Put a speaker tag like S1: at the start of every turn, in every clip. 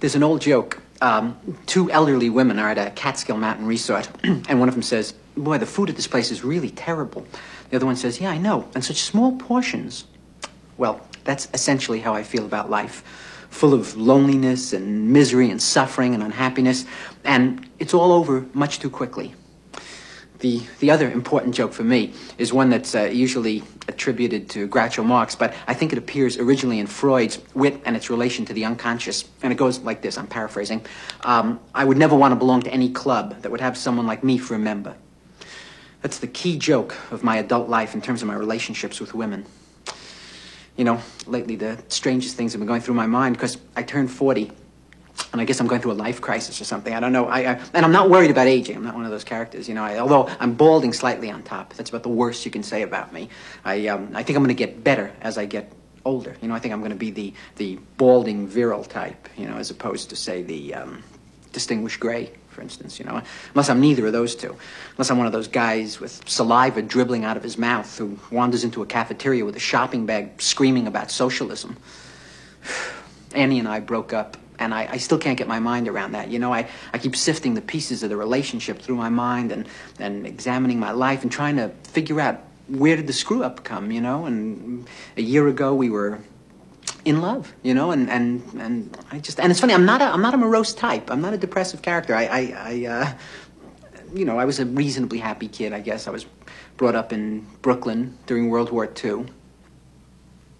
S1: There's an old joke. Um, two elderly women are at a Catskill Mountain resort, and one of them says, Boy, the food at this place is really terrible. The other one says, Yeah, I know, and such small portions. Well, that's essentially how I feel about life full of loneliness and misery and suffering and unhappiness, and it's all over much too quickly. The, the other important joke for me is one that's uh, usually attributed to Groucho Marx, but I think it appears originally in Freud's Wit and its Relation to the Unconscious. And it goes like this I'm paraphrasing. Um, I would never want to belong to any club that would have someone like me for a member. That's the key joke of my adult life in terms of my relationships with women. You know, lately the strangest things have been going through my mind because I turned 40 and I guess I'm going through a life crisis or something. I don't know. I, I and I'm not worried about aging. I'm not one of those characters, you know. I, although I'm balding slightly on top, that's about the worst you can say about me. I um, I think I'm going to get better as I get older. You know, I think I'm going to be the the balding virile type, you know, as opposed to say the um, distinguished gray, for instance. You know, unless I'm neither of those two, unless I'm one of those guys with saliva dribbling out of his mouth who wanders into a cafeteria with a shopping bag, screaming about socialism. Annie and I broke up, and I, I still can't get my mind around that. You know, I, I keep sifting the pieces of the relationship through my mind and, and examining my life and trying to figure out where did the screw up come, you know? And a year ago, we were in love, you know, and, and, and I just, and it's funny, I'm not a, I'm not a morose type. I'm not a depressive character. I, I, I uh, you know, I was a reasonably happy kid, I guess. I was brought up in Brooklyn during World War II.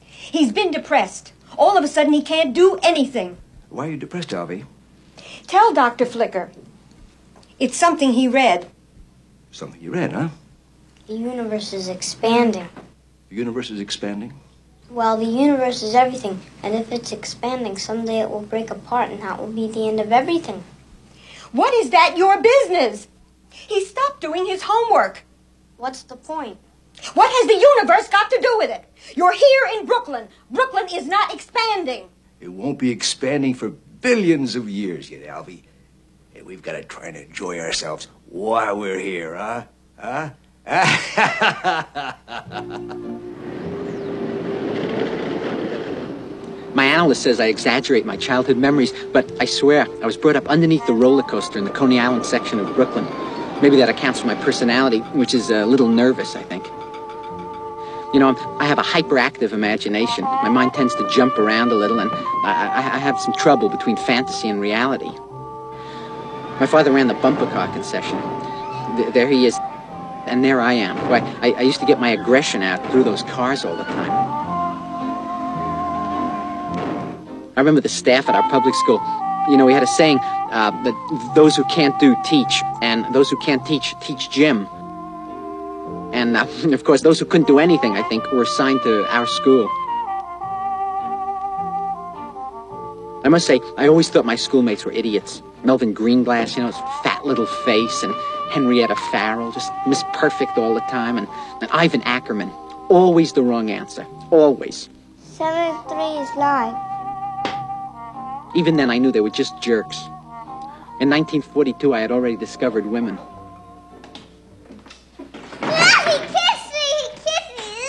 S2: He's been depressed. All of a sudden, he can't do anything.
S3: Why are you depressed, Harvey?
S2: Tell Dr. Flicker. It's something he read.
S3: Something you read, huh?
S4: The universe is expanding.
S3: The universe is expanding.
S4: Well, the universe is everything, and if it's expanding, someday it will break apart, and that will be the end of everything.
S2: What is that your business? He stopped doing his homework.
S4: What's the point?
S2: What has the universe got to do with it? You're here in Brooklyn. Brooklyn is not expanding.
S3: It won't be expanding for billions of years yet, Alvy. And we've got to try and enjoy ourselves while we're here, huh? Huh?
S1: My analyst says I exaggerate my childhood memories, but I swear I was brought up underneath the roller coaster in the Coney Island section of Brooklyn. Maybe that accounts for my personality, which is a little nervous, I think. You know, I'm, I have a hyperactive imagination. My mind tends to jump around a little, and I, I, I have some trouble between fantasy and reality. My father ran the bumper car concession. Th- there he is, and there I am. Why, I, I used to get my aggression out through those cars all the time. I remember the staff at our public school. You know, we had a saying uh, that those who can't do teach, and those who can't teach teach Jim. And uh, of course, those who couldn't do anything, I think, were assigned to our school. I must say, I always thought my schoolmates were idiots. Melvin Greenglass, you know, his fat little face, and Henrietta Farrell, just Miss Perfect all the time, and, and Ivan Ackerman, always the wrong answer, always.
S4: Seven three is nine.
S1: Even then, I knew they were just jerks. In 1942, I had already discovered women.
S4: He kissed me. He kissed me.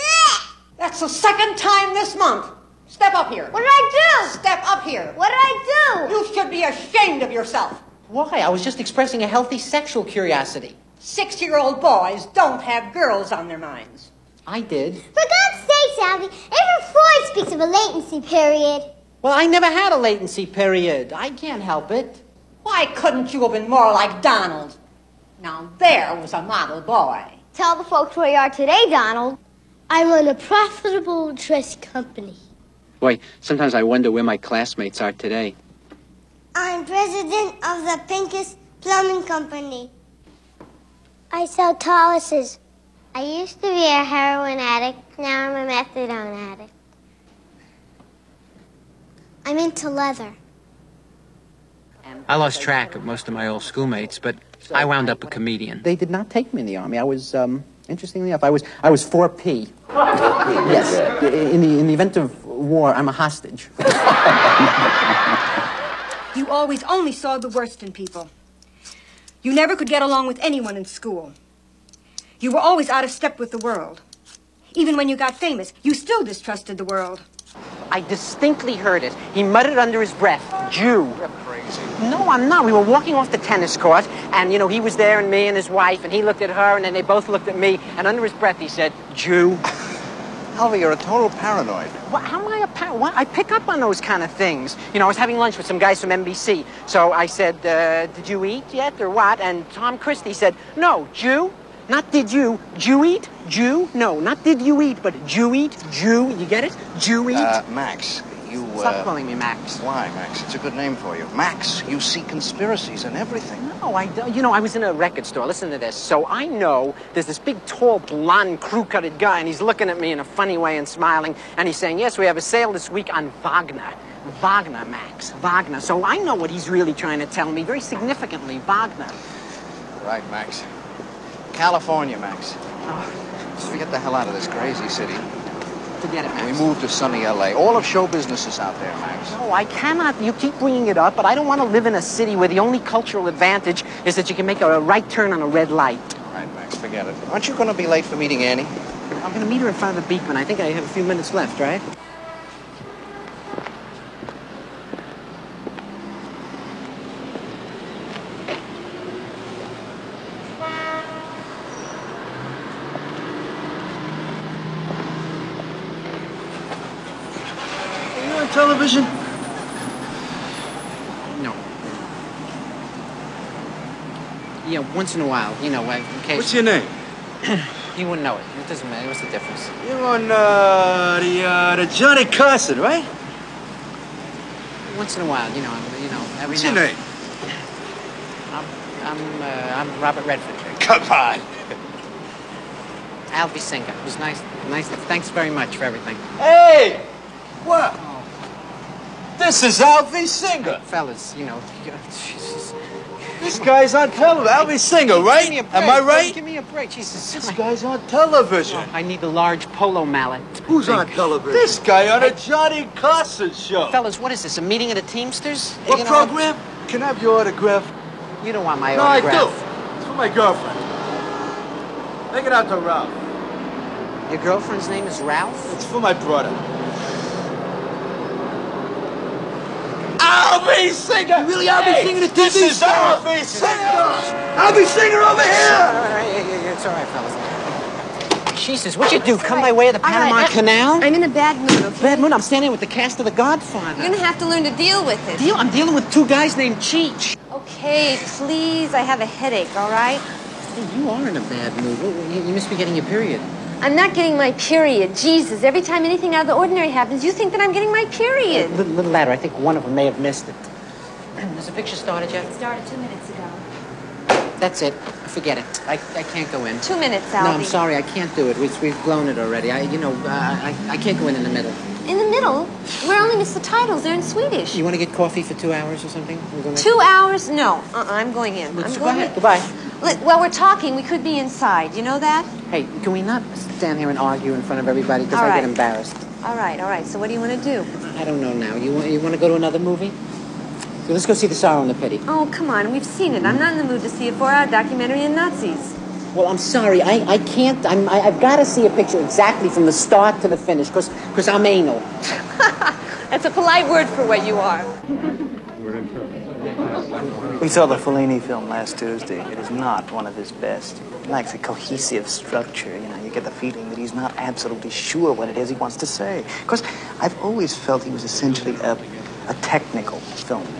S5: That's the second time this month. Step up here.
S4: What did I do?
S5: Step up here.
S4: What did I do?
S5: You should be ashamed of yourself.
S1: Why? I was just expressing a healthy sexual curiosity.
S5: Six year old boys don't have girls on their minds.
S1: I did.
S4: For God's sake, Abby, even Freud speaks of a latency period.
S1: Well, I never had a latency period. I can't help it.
S5: Why couldn't you have been more like Donald? Now there was a model boy.
S4: Tell the folks where you are today, Donald.
S6: I run a profitable dress company.
S1: Boy, sometimes I wonder where my classmates are today.
S7: I'm president of the Pinkest Plumbing Company.
S8: I sell taluses. I used to be a heroin addict. Now I'm a methadone addict. I'm into leather.
S1: I lost track of most of my old schoolmates, but I wound up a comedian.
S9: They did not take me in the army. I was, um, interestingly enough, I was, I was 4P. yes. In the, in the event of war, I'm a hostage.
S2: You always only saw the worst in people. You never could get along with anyone in school. You were always out of step with the world. Even when you got famous, you still distrusted the world.
S10: I distinctly heard it. He muttered under his breath, Jew.
S11: You're crazy.
S10: No, I'm not. We were walking off the tennis court, and, you know, he was there and me and his wife, and he looked at her, and then they both looked at me, and under his breath he said, Jew.
S11: Alvy, you're a total paranoid.
S10: Well, how am I a parent? Well, I pick up on those kind of things. You know, I was having lunch with some guys from NBC. So I said, uh, did you eat yet or what? And Tom Christie said, no, Jew. Not did you. Jew eat? Jew? No, not did you eat, but Jew eat? Jew? You get it? Jew eat?
S3: Uh, Max, you. Uh,
S10: Stop calling me Max.
S3: Why, Max? It's a good name for you. Max, you see conspiracies in everything.
S10: No, I don't. You know, I was in a record store. Listen to this. So I know there's this big, tall, blonde, crew-cutted guy, and he's looking at me in a funny way and smiling, and he's saying, "Yes, we have a sale this week on Wagner." Wagner, Max. Wagner. So I know what he's really trying to tell me, very significantly. Wagner.
S3: Right, Max. California, Max. Let's get the hell out of this crazy city.
S10: Oh. Forget it,
S3: We
S10: Max.
S3: move to sunny LA. All of show business is out there, Max.
S10: No, I cannot. You keep bringing it up, but I don't want to live in a city where the only cultural advantage is that you can make a right turn on a red light.
S3: All right, Max, forget it. Aren't you going to be late for meeting Annie?
S10: I'm going to meet her in front of the Beekman. I think I have a few minutes left, right?
S3: Are you on television?
S1: No. Yeah, once in a while, you know, I- in case
S12: What's your name?
S1: you wouldn't know it. It doesn't matter. What's the difference?
S12: You're on uh, the uh, the Johnny Carson, right?
S1: Once in a while, you know, I'm, you know, every
S12: What's
S1: now
S12: your name?
S1: I'm, I'm, uh, I'm Robert Redford.
S3: Come on.
S1: Alfie Singer. It was nice, nice. Thanks very much for everything.
S12: Hey, what? This is Alfie Singer.
S1: Fellas, you know, Jesus.
S12: This guy's on television. Alfie Singer,
S1: Give
S12: right?
S1: me a break.
S12: Am I
S1: bro.
S12: right?
S1: Give me a break. Jesus.
S12: This guy's on television.
S1: I need the large polo mallet.
S12: Who's on television? This guy on the Johnny Carson show.
S1: Fellas, what is this? A meeting of the Teamsters?
S12: What
S1: You know,
S12: program? Can I have your autograph?
S1: You don't want my
S12: no,
S1: autograph.
S12: I do. It's for my girlfriend. Make it out to Ralph.
S1: Your girlfriend's name is Ralph?
S12: It's for my brother. Alvin Singer! really Alvin Singer the TV This is Alvin Singer! Alvin Singer over here!
S1: All right, yeah, yeah, yeah, it's all right, fellas. Jesus, what you do? Come by way of the Panama Canal?
S13: I'm in a bad mood, okay?
S1: Bad moon, I'm standing with the cast of The Godfather.
S13: You're gonna have to learn to deal with it.
S1: Deal- I'm dealing with two guys named Cheech.
S13: Okay, please, I have a headache, all right?
S1: Hey, you are in a bad mood. Well, You, you must be getting your period.
S13: I'm not getting my period. Jesus, every time anything out of the ordinary happens, you think that I'm getting my
S1: A
S13: period.
S1: little, little ladder. I think one of them may have missed it. Has the picture started yet?
S2: Started two minutes ago.
S1: That's it. Forget it. I, I can't go in.
S13: Two minutes,
S1: No,
S13: Albie.
S1: I'm sorry. I can't do it. We've, we've blown it already. I, you know, uh, I, I can't go in in the middle.
S13: In the middle, we're only missed the titles. They're in Swedish.
S1: You want to get coffee for two hours or something? We're gonna-
S13: Two hours? No. Uh-uh, I'm going in. I'm
S1: Let's- go
S13: going
S1: ahead.
S13: in.
S1: Goodbye.
S13: Look, while we're talking, we could be inside. You know that?
S1: Hey, can we not stand here and argue in front of everybody because
S13: All
S1: I
S13: right.
S1: get embarrassed?
S13: All right, all right. So what do you want to do?
S1: I don't know now. You want, you want to go to another movie? So let's go see The Sorrow and the Pity.
S13: Oh, come on. We've seen it. I'm not in the mood to see a four-hour documentary on Nazis.
S1: Well, I'm sorry. I, I can't. I'm, I, I've got to see a picture exactly from the start to the finish because I'm anal.
S13: That's a polite word for what you are.
S14: We saw the Fellini film last Tuesday. It is not one of his best. It lacks a cohesive structure. You know, you get the feeling that he's not absolutely sure what it is he wants to say. Of course, I've always felt he was essentially a, a technical filmmaker.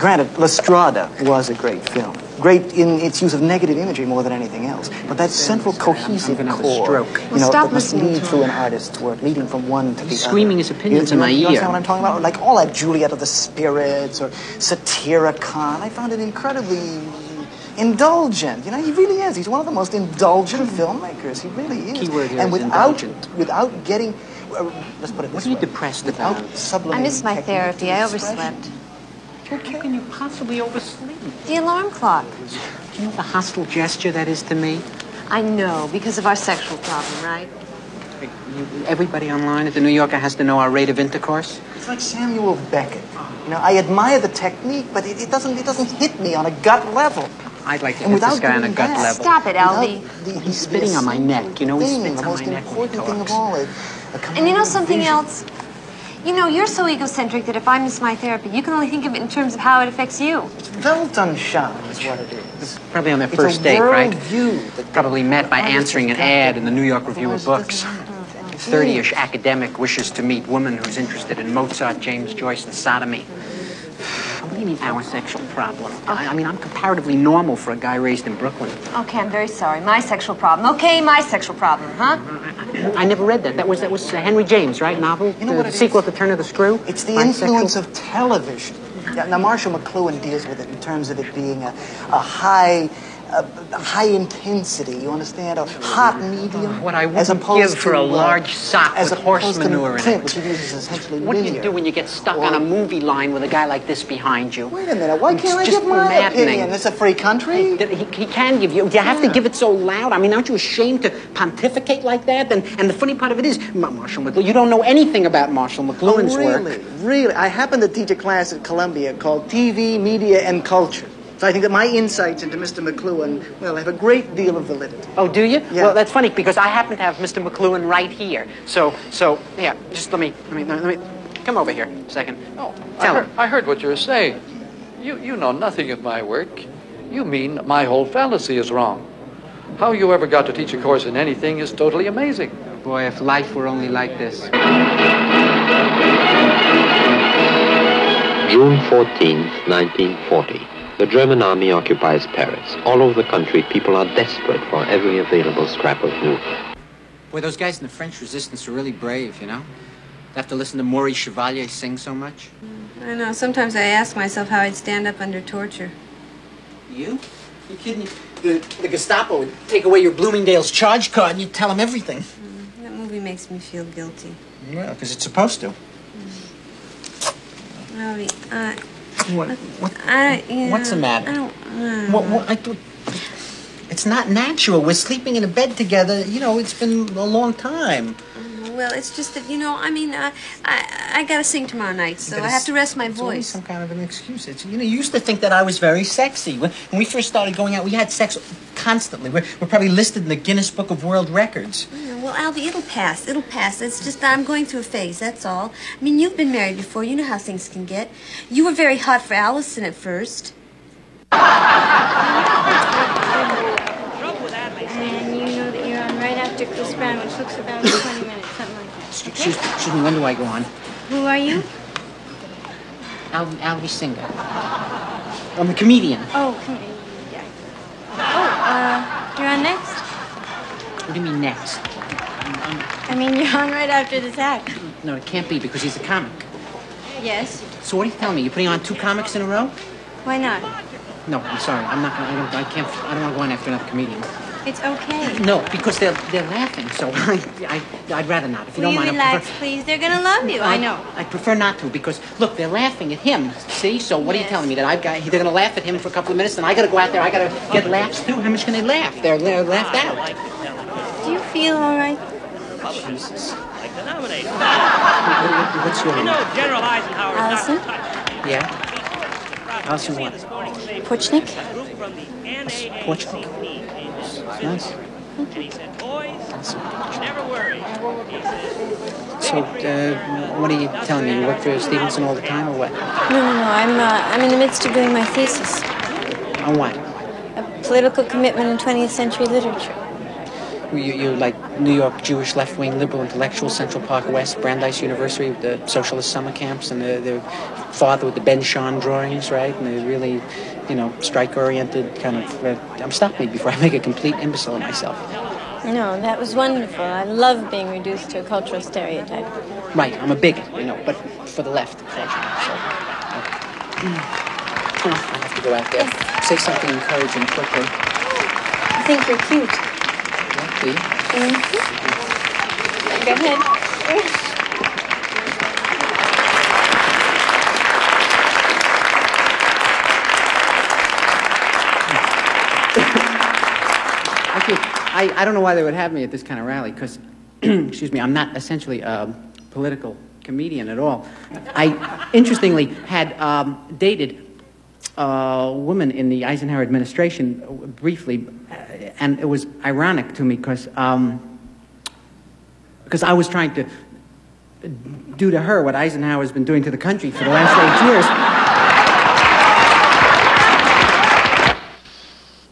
S14: Granted, La Strada was a great film, great in its use of negative imagery more than anything else. But that central cohesive
S1: gonna have a
S14: core,
S1: stroke.
S14: you
S1: Well,
S14: know,
S1: stop
S14: that must
S1: listening
S14: lead
S1: to
S14: through
S1: him.
S14: an artist's work, leading from one to the other.
S1: screaming his opinions in my
S14: you
S1: ear.
S14: understand what I'm talking about? Like all that Juliet of the Spirits or Satyricon. I found it incredibly indulgent. You know, he really is. He's one of the most indulgent filmmakers. He really is.
S1: Keyword here
S14: and
S1: is
S14: without,
S1: indulgent.
S14: without getting, uh, let's put it this
S1: What are you
S14: way,
S1: depressed
S14: without
S1: about?
S14: sublimating technique to expression.
S1: How can you possibly oversleep?
S15: The alarm clock.
S1: Do you know the hostile gesture that is to me?
S15: I know, because of our sexual problem, right?
S1: You, everybody online at the New Yorker has to know our rate of intercourse.
S14: It's like Samuel Beckett. You know, I admire the technique, but it, it doesn't it doesn't hit me on a gut level.
S1: I'd like to
S14: And
S1: hit
S14: without
S1: this guy on a
S14: doing
S1: gut
S14: that-
S1: level.
S15: Stop it,
S14: without
S15: Alvy.
S14: the- the-
S1: He's spitting on my neck. You know, he
S14: thing,
S1: spits
S14: the
S1: on
S14: most
S1: my neck when he
S14: important thing of
S1: talks.
S14: all, a,
S15: And you know something else? You know, you're so egocentric that if I miss my therapy, you can only think of it in terms of how it affects you.
S14: well done shot is what it is.
S1: Probably on their
S14: It's
S1: first
S14: a
S1: date, right?
S14: worldview
S1: Probably met by answering an ad in the New York Review of Books. 30 ish academic wishes to meet woman who's interested in Mozart, James Joyce, and sodomy. What do you mean, our sexual problem? I, I mean, I'm comparatively normal for a guy raised in Brooklyn.
S15: Okay, I'm very sorry. My sexual problem. Okay, my sexual problem, huh?
S1: I never read that. That was that was uh, Henry James, right? Novel.
S14: You know
S1: the
S14: what it
S1: sequel to Turn of the Screw.
S14: It's the influence of television. Yeah, now, Marshall McLuhan deals with it in terms of it being a, a high, a, a high intensity. You understand? A hot medium.
S1: What I
S14: as
S1: wouldn't
S14: opposed
S1: give for
S14: to,
S1: a
S14: uh,
S1: large sock
S14: as
S1: with horse
S14: opposed to
S1: manure in
S14: print,
S1: it.
S14: which he uses essentially
S1: What do you
S14: linear.
S1: do when you get stuck on a movie line with a guy like this behind you?
S14: Wait a minute. Why
S1: It's
S14: can't I
S1: just
S14: give my
S1: maddening.
S14: opinion? It's a free country.
S1: That He, he can give you. You have to
S14: Yeah.
S1: give it so loud. I mean, aren't you ashamed to pontificate like that? And, and the funny part of it is, Ma- Marshall McLuhan, you don't know anything about Marshall McLuhan's
S14: oh, really?
S1: work.
S14: Really? I happen to teach a class at Columbia called TV, Media, and Culture. So I think that my insights into Mr. McLuhan, well, have a great deal of validity.
S1: Oh, do you?
S14: Yeah.
S1: Well, that's funny because I happen to have Mr. McLuhan right here. So, so yeah. Just let me, let me, let me come over here a second. Oh, tell
S3: I
S1: him.
S3: heard, I heard what you were saying. You, you know nothing of my work. You mean my whole fallacy is wrong. How you ever got to teach a course in anything is totally amazing.
S1: Boy, if life were only like this.
S11: June 14, 1940. The German army occupies Paris. All over the country, people are desperate for every available scrap of news.
S1: Boy, those guys in the French resistance are really brave, you know? They have to listen to Maurice Chevalier sing so much.
S13: I know. Sometimes I ask myself how I'd stand up under torture.
S1: You? You kidding? The, the Gestapo would take away your Bloomingdale's charge card and you'd tell them everything.
S13: That movie makes me feel guilty.
S1: Well, because it's supposed to.
S13: Robbie, I,
S1: What? what
S13: uh, I, you
S1: What's the
S13: know,
S1: matter?
S13: I don't. mm.
S1: What, what, I do, it's not natural. We're sleeping in a bed together. You know, it's been a long time.
S13: Well, it's just that you know. I mean, I, I, I gotta sing tomorrow night, so
S1: But
S13: I
S1: it's-
S13: have to rest my
S1: it's always
S13: voice.
S1: some kind of an excuse. It's, you know, you used to think that I was very sexy. When, when we first started going out, we had sex constantly. We're, we're probably listed in the Guinness Book of World Records.
S13: Yeah, Well, Alvy, it'll pass. It'll pass. It's just that I'm going through a phase, that's all. I mean, you've been married before. You know how things can get. You were very hot for Allison at first.
S4: And you know that you're on right after Chris Brown, which looks about 20 minutes, something like that.
S1: Excuse, excuse me, when do I go on?
S4: Who are you?
S1: Al, Alvy Singer. I'm a comedian.
S4: Oh, come here. Yeah. Oh, uh, you're on next?
S1: What do you mean next?
S4: I mean, you're on right after this act.
S1: No, it can't be because he's a comic.
S4: Yes.
S1: So what are you telling me? You're putting on two comics in a row?
S4: Why not?
S1: No, I'm sorry. I'm not gonna. I don't. I can't. I don't want to go on after another comedian.
S4: It's okay.
S1: No, because they're they're laughing. So I, I I'd rather not. If you
S4: Will
S1: don't
S4: you
S1: mind, I
S4: relax,
S1: prefer-
S4: please? They're gonna love you. I know.
S1: I prefer not to because look, they're laughing at him. See, so what are you
S4: Yes.
S1: telling me that I've got? They're gonna laugh at him for a couple of minutes, and I gotta go out there. I gotta get laughs too. How much can they laugh? They're, they're laughed
S4: Ah,
S1: out.
S4: Do you feel all right?
S1: Jesus.
S16: Like the nominee.
S1: What's your
S16: You
S1: name?
S16: know, General Eisenhower.
S4: Allison?
S1: Yeah. Allison what?
S4: Porchnik?
S1: Porchnik. Nice. So, uh, what are you telling me? You work for Stevenson all the time, or what?
S4: No, no, no. I'm, uh, I'm in the midst of doing my thesis
S1: On what?
S4: Political Commitment in 20th Century Literature.
S1: You, you like New York Jewish left wing liberal intellectual, Central Park West, Brandeis University with the socialist summer camps, and the, the father with the Ben Shahn drawings, right? And the really you know, strike-oriented kind of. Uh, um, stop me before I make a complete imbecile of myself.
S4: No, that was wonderful. I love being reduced to a cultural stereotype.
S1: Right, I'm a bigot, you know, but for the left, unfortunately. So, uh, I have to go out there. Say something encouraging quickly.
S4: I think you're cute.
S1: Do you?
S4: Go ahead.
S1: Actually, I, I don't know why they would have me at this kind of rally because, excuse me, I'm not essentially a political comedian at all. I interestingly had um, dated a woman in the Eisenhower administration briefly, uh, and it was ironic to me because I was trying to do to her what Eisenhower's been doing to the country for the last eight years.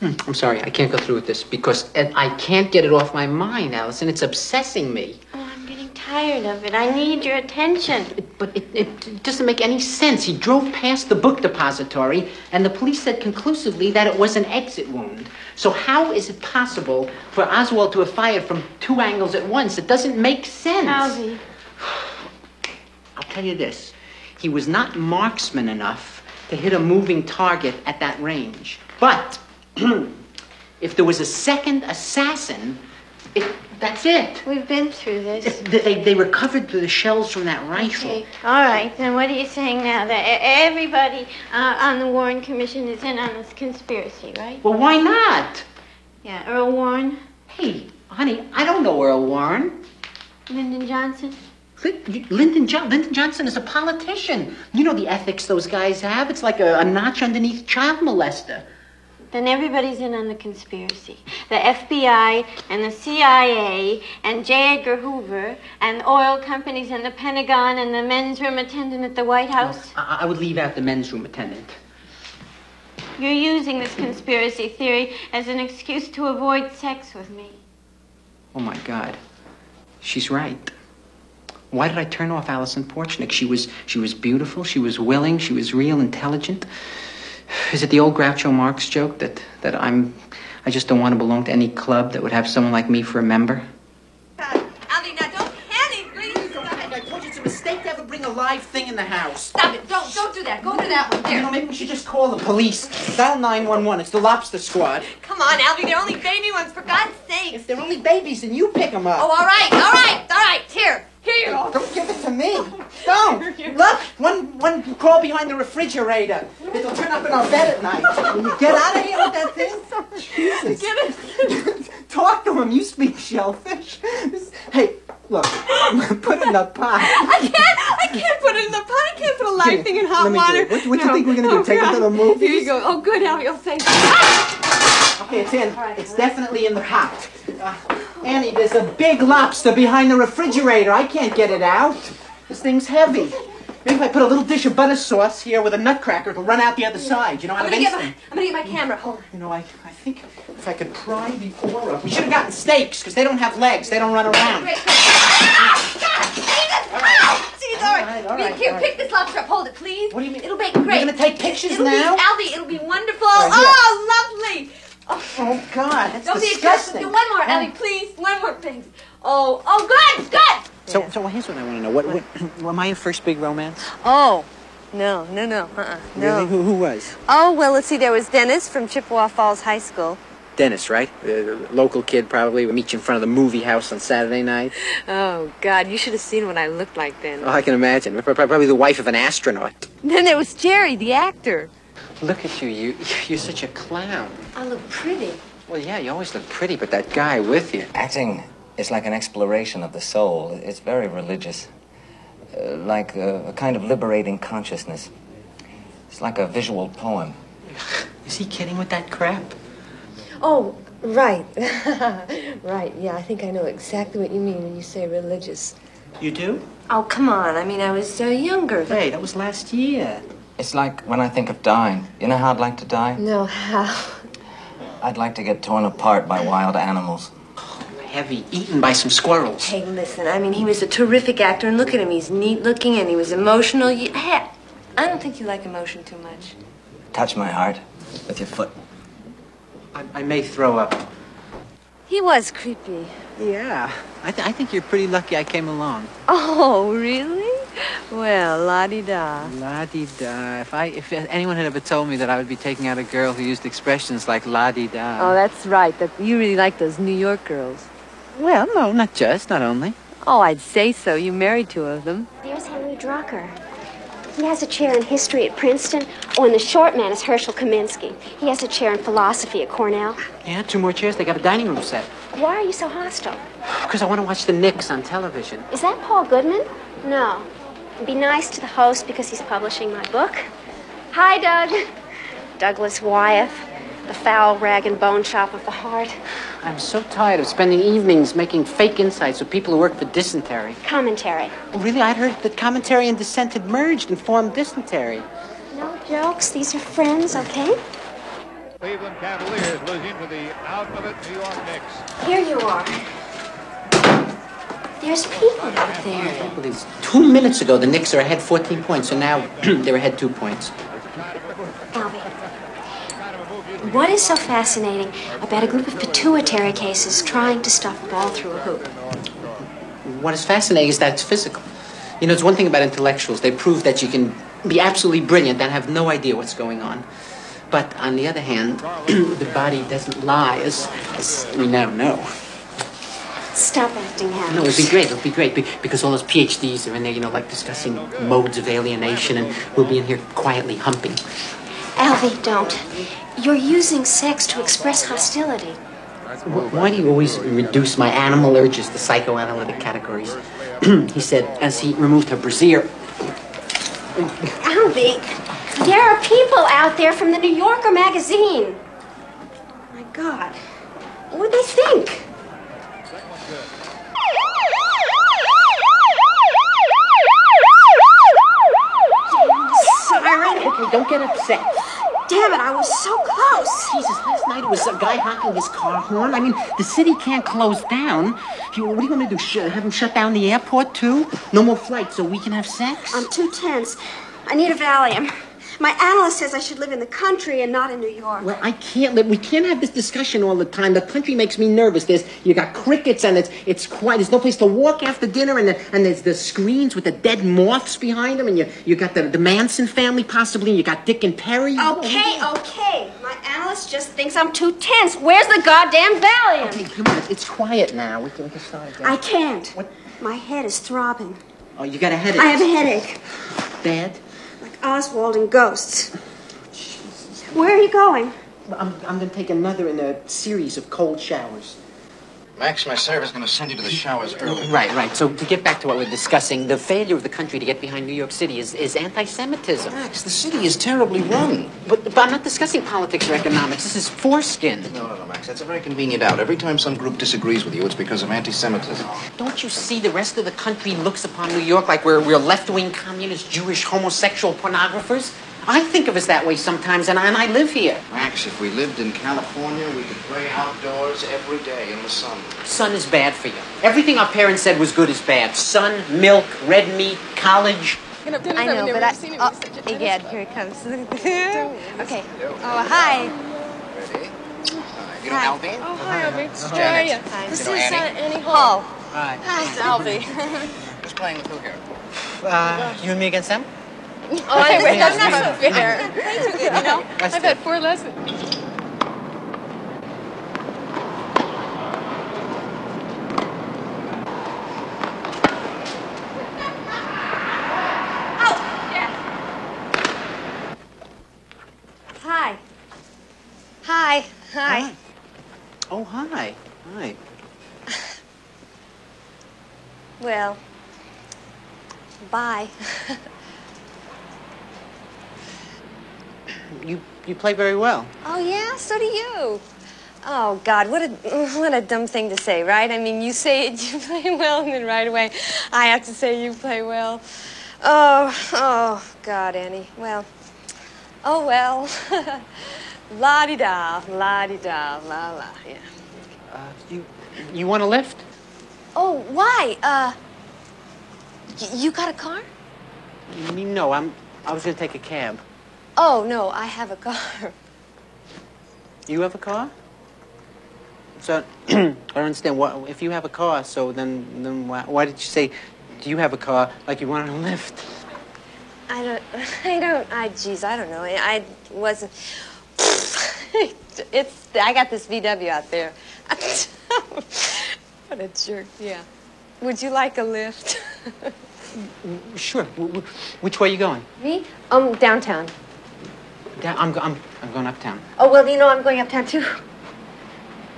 S1: Hmm, I'm sorry, I can't go through with this because and I can't get it off my mind, Allison. It's obsessing me.
S4: I'm getting tired of it. I need your attention.
S1: But it, it doesn't make any sense. He drove past the book depository, and the police said conclusively that it was an exit wound. So, how is it possible for Oswald to have fired from two angles at once? It doesn't make sense.
S4: Alvy.
S1: I'll tell you this he was not marksman enough to hit a moving target at that range. But if there was a second assassin, it, that's it.
S4: We've been through this.
S1: They, they- they recovered the shells from that rifle.
S4: Okay. All right. Then what are you saying now? That e- everybody uh, on the Warren Commission is in on this conspiracy, right?
S1: Well, why not?
S4: Yeah. Earl Warren,
S1: Hey, honey, I don't know Earl Warren.
S4: Lyndon Johnson.
S1: Lin- Lyndon, jo- Lyndon Johnson is a politician. You know the ethics those guys have. It's like a, a notch underneath child molester.
S4: Then everybody's in on the conspiracy. The FBI and the CIA and J. Edgar Hoover and the oil companies and the Pentagon and the men's room attendant at the White House.
S1: I, I would leave out the men's room attendant.
S4: You're using this conspiracy theory as an excuse to avoid sex with me.
S1: Oh my God, she's right. Why did I turn off Alison Porchnick? She was she was beautiful. She was willing. She was real, intelligent. Is it the old Groucho Marx joke that that I'm I just don't want to belong to any club that would have someone like me for a member?
S16: Alvy, now don't panic, please. Go ahead. I told you it's a mistake to ever bring a live thing in the house. Stop it. Don't don't do that. Go to that one. There.
S1: You know, maybe we should just call the police. Dial 911. It's the Lobster Squad.
S16: Come on, Alvy. They're only baby ones, for God's sake. If
S1: they're only babies, then you pick them up.
S16: Oh, all right, all right, all right. Here, here.
S1: Oh, don't give it to me. Don't. Look, one one crawl behind the refrigerator. It'll turn up in our bed at night. Will you get out of here with that thing? Jesus. Get it. Talk to him. You speak shellfish. This- Hey, look. Put it in a pot.
S16: I can't, I can't put it in the pot. I can't put a live
S1: Here,
S16: thing in hot
S1: let me do
S16: water. Oh,
S1: it. What- what do you think we're gonna do, take it to the
S16: God. Here
S1: movies?
S16: you go. Oh, good, Alvy. Oh, thank you.
S1: Okay, it's in. It's definitely in the pot. Uh, Annie, there's a big lobster behind the refrigerator. I can't get it out. This thing's heavy. Maybe if I put a little dish of butter sauce here with a nutcracker, it'll run out the other side. You know, out
S16: I'm
S1: of
S16: gonna get
S1: instinct.
S16: my, I'm gonna get my camera. Hold on.
S1: You know, I, I think if I could pry the aura. We should have gotten steaks because they don't have legs. They don't run around.
S16: Great. Ah, God, Jesus! Ah! Jesus, all right.
S1: all right,
S16: Here,
S1: all right.
S16: pick this lobster up. Hold it, please. What do you mean? It'll be great.
S1: gonna take pictures
S16: it'll
S1: now?
S16: Be, Alvy, it'll be wonderful.
S1: Right here.
S16: oh, lovely. Oh,
S1: oh God, that's
S16: Don't
S1: disgusting. Oh.
S16: be aggressive. One more, Alvy, please. One more, please. Oh, oh, good, good.
S1: So, so here's what I want to know. What, what, am I your first big romance?
S13: Oh, no, no, no, uh-uh, no.
S1: Really? Who, who was?
S13: Oh, well, let's see, there was Dennis from Chippewa Falls High School.
S1: Dennis, right? Uh, local kid, probably. We meet you in front of the movie house on Saturday night.
S13: Oh, God, you should have seen what I looked like then.
S1: Oh, I can imagine. Pro- pro- Probably the wife of an astronaut.
S13: Then there was Jerry, the actor.
S1: Look at you. You, you're such a clown.
S13: I look pretty.
S1: Well, yeah, you always look pretty, but that guy with you.
S17: Acting is like an exploration of the soul. It's very religious, uh, like a, a kind of liberating consciousness. It's like a visual poem.
S1: Is he kidding with that crap?
S5: Oh, right. right, yeah, I think I know exactly what you mean when you say religious.
S1: You do?
S5: Oh, come on. I mean, I was uh, younger.
S1: Hey, that was last year.
S17: It's like when I think of dying. You know how I'd like to die?
S5: No, how?
S17: I'd like to get torn apart by wild animals.
S1: Heavy, eaten by some squirrels.
S5: Hey, listen, I mean, he was a terrific actor, and look at him. He's neat looking and he was emotional. You, hey, I don't think you like emotion too much.
S18: touch my heart with your foot.
S1: I, I may throw up.
S12: He was creepy.
S19: Yeah. I, th- I think you're pretty lucky I came along.
S12: Oh, really? Well, la di da.
S19: La di da. If I if anyone had ever told me that I would be taking out a girl who used expressions like la di da.
S12: Oh, that's right. That you really like those New York girls.
S19: Well, no, not just, not only.
S12: Oh, I'd say so. You married two of them.
S20: There's Henry Drucker. He has a chair in history at Princeton. Oh, and the short man is Herschel Kaminsky. He has a chair in philosophy at Cornell.
S1: Yeah, two more chairs. They got a dining room set.
S20: Why are you so hostile?
S1: Because I want to watch the Knicks on television.
S20: Is that Paul Goodman? No. Be nice to the host because he's publishing my book. Hi, Doug. Douglas Wyeth, the foul rag and bone shop of the heart.
S1: I'm so tired of spending evenings making fake insights with people who work for dysentery.
S20: Commentary.
S1: Oh, really? I'd heard that commentary and dissent had merged and formed dysentery.
S20: No jokes. These are friends, okay?
S16: Cleveland Cavaliers losing to the out of it New York Knicks.
S20: Here you are. There's people out there.
S1: Two minutes ago, the Knicks are ahead 14 points, so now they're ahead two points.
S20: What is so fascinating about a group of pituitary cases trying to stuff a ball through a hoop?
S1: What is fascinating is that it's physical. You know, it's one thing about intellectuals. They prove that you can be absolutely brilliant and have no idea what's going on. But on the other hand, the body doesn't lie, as, as we now know.
S20: Stop acting out.
S1: No, it'd be great. It'd be great be- because all those PhDs are in there, you know, like discussing modes of alienation, and we'll be in here quietly humping.
S20: Alvy, don't. You're using sex to express hostility.
S1: Wh- Why do you always reduce my animal urges to psychoanalytic categories? he said as he removed her brassiere.
S20: Alvy, there are people out there from the New Yorker magazine. Oh, My God, what would they think?
S1: Siren! Okay, don't get upset.
S20: Damn it, I was so close.
S1: Jesus, last night it was a guy honking his car horn. I mean, the city can't close down. You, what are you going to do? Sh- have him shut down the airport, too? No more flights so we can have sex?
S20: I'm too tense. I need a Valium. My analyst says I should live in the country and not in New York.
S1: Well, I can't let. We can't have this discussion all the time. The country makes me nervous. There's you got crickets and it's it's quiet. There's no place to walk after dinner, and the, and there's the screens with the dead moths behind them, and you you got the, the Manson family possibly, and you got Dick and Perry.
S20: Okay, okay. My analyst just thinks I'm too tense. Where's the goddamn Valium?
S1: Okay, come on. It's quiet now. We can, we can start again.
S20: I can't. My head is throbbing.
S1: Oh, you got a headache.
S20: I have a headache,
S1: Bad.
S20: like Oswald and ghosts. Where are you going?
S1: I'm I'm gonna take another in a series of cold showers.
S3: Max, my server's going to send you to the showers early.
S1: Right, right. So to get back to what we're discussing, the failure of the country to get behind New York City is, is anti-Semitism.
S3: Max, the city is terribly run.
S1: But, but I'm not discussing politics or economics. This is foreskin.
S3: No, no, no, Max. That's a very convenient out. Every time some group disagrees with you, it's because of anti-Semitism.
S1: Don't you see the rest of the country looks upon New York like we're, we're left-wing communist, Jewish, homosexual pornographers? I think of us that way sometimes, and I, and I live here.
S3: Max, if we lived in California, we could play outdoors every day in the sun.
S1: Sun is bad for you. Everything our parents said was good is bad. Sun, milk, red meat, college.
S12: I know, but I. Oh, yeah, here it comes. okay. Oh, hi.
S3: You know
S12: Hi.
S3: Alvin?
S12: Oh, hi, Alvin.
S3: This is
S12: How are
S3: Janet.
S12: you? This
S3: you know
S12: is, uh,
S3: Annie?
S12: Annie Hall.
S3: Hi.
S12: Hi. It's Alvy.
S3: Who's playing with who here?
S1: Uh, you and me against them?
S12: Oh, I
S1: Okay,
S12: think
S1: well,
S12: that's not
S1: that's fine.
S12: fair. You know,
S1: That's
S12: I've had four lessons.
S13: Hi. Hi. Hi.
S1: Oh, hi. Hi.
S13: Well, bye.
S1: You, you play very well.
S12: Oh, yeah? So do you.
S13: Oh God, what a what a dumb thing to say, right? I mean, you say it, you play well, and then right away, I have to say you play well. Oh, oh God, Annie. Well, oh well. la di da, la di da, la la. Yeah.
S1: Uh, You, you want a lift?
S13: Oh, why? Uh, y- you got a car?
S1: Me, no, I'm, I was going to take a cab.
S21: Oh, no, I have a car.
S1: You have a car? So, I don't understand. Why, if you have a car, so then, then why, why did you say, do you have a car, like you wanted a lift?
S21: I don't, I don't, I, geez, I don't know. I, I wasn't. it's, I got this VW out there. what a jerk, yeah. Would you like a lift?
S1: Sure. Wh- wh- Which way are you going?
S13: Me? Um, downtown.
S1: Down, I'm, go- I'm, I'm going uptown.
S13: Oh, well, you know, I'm going uptown too.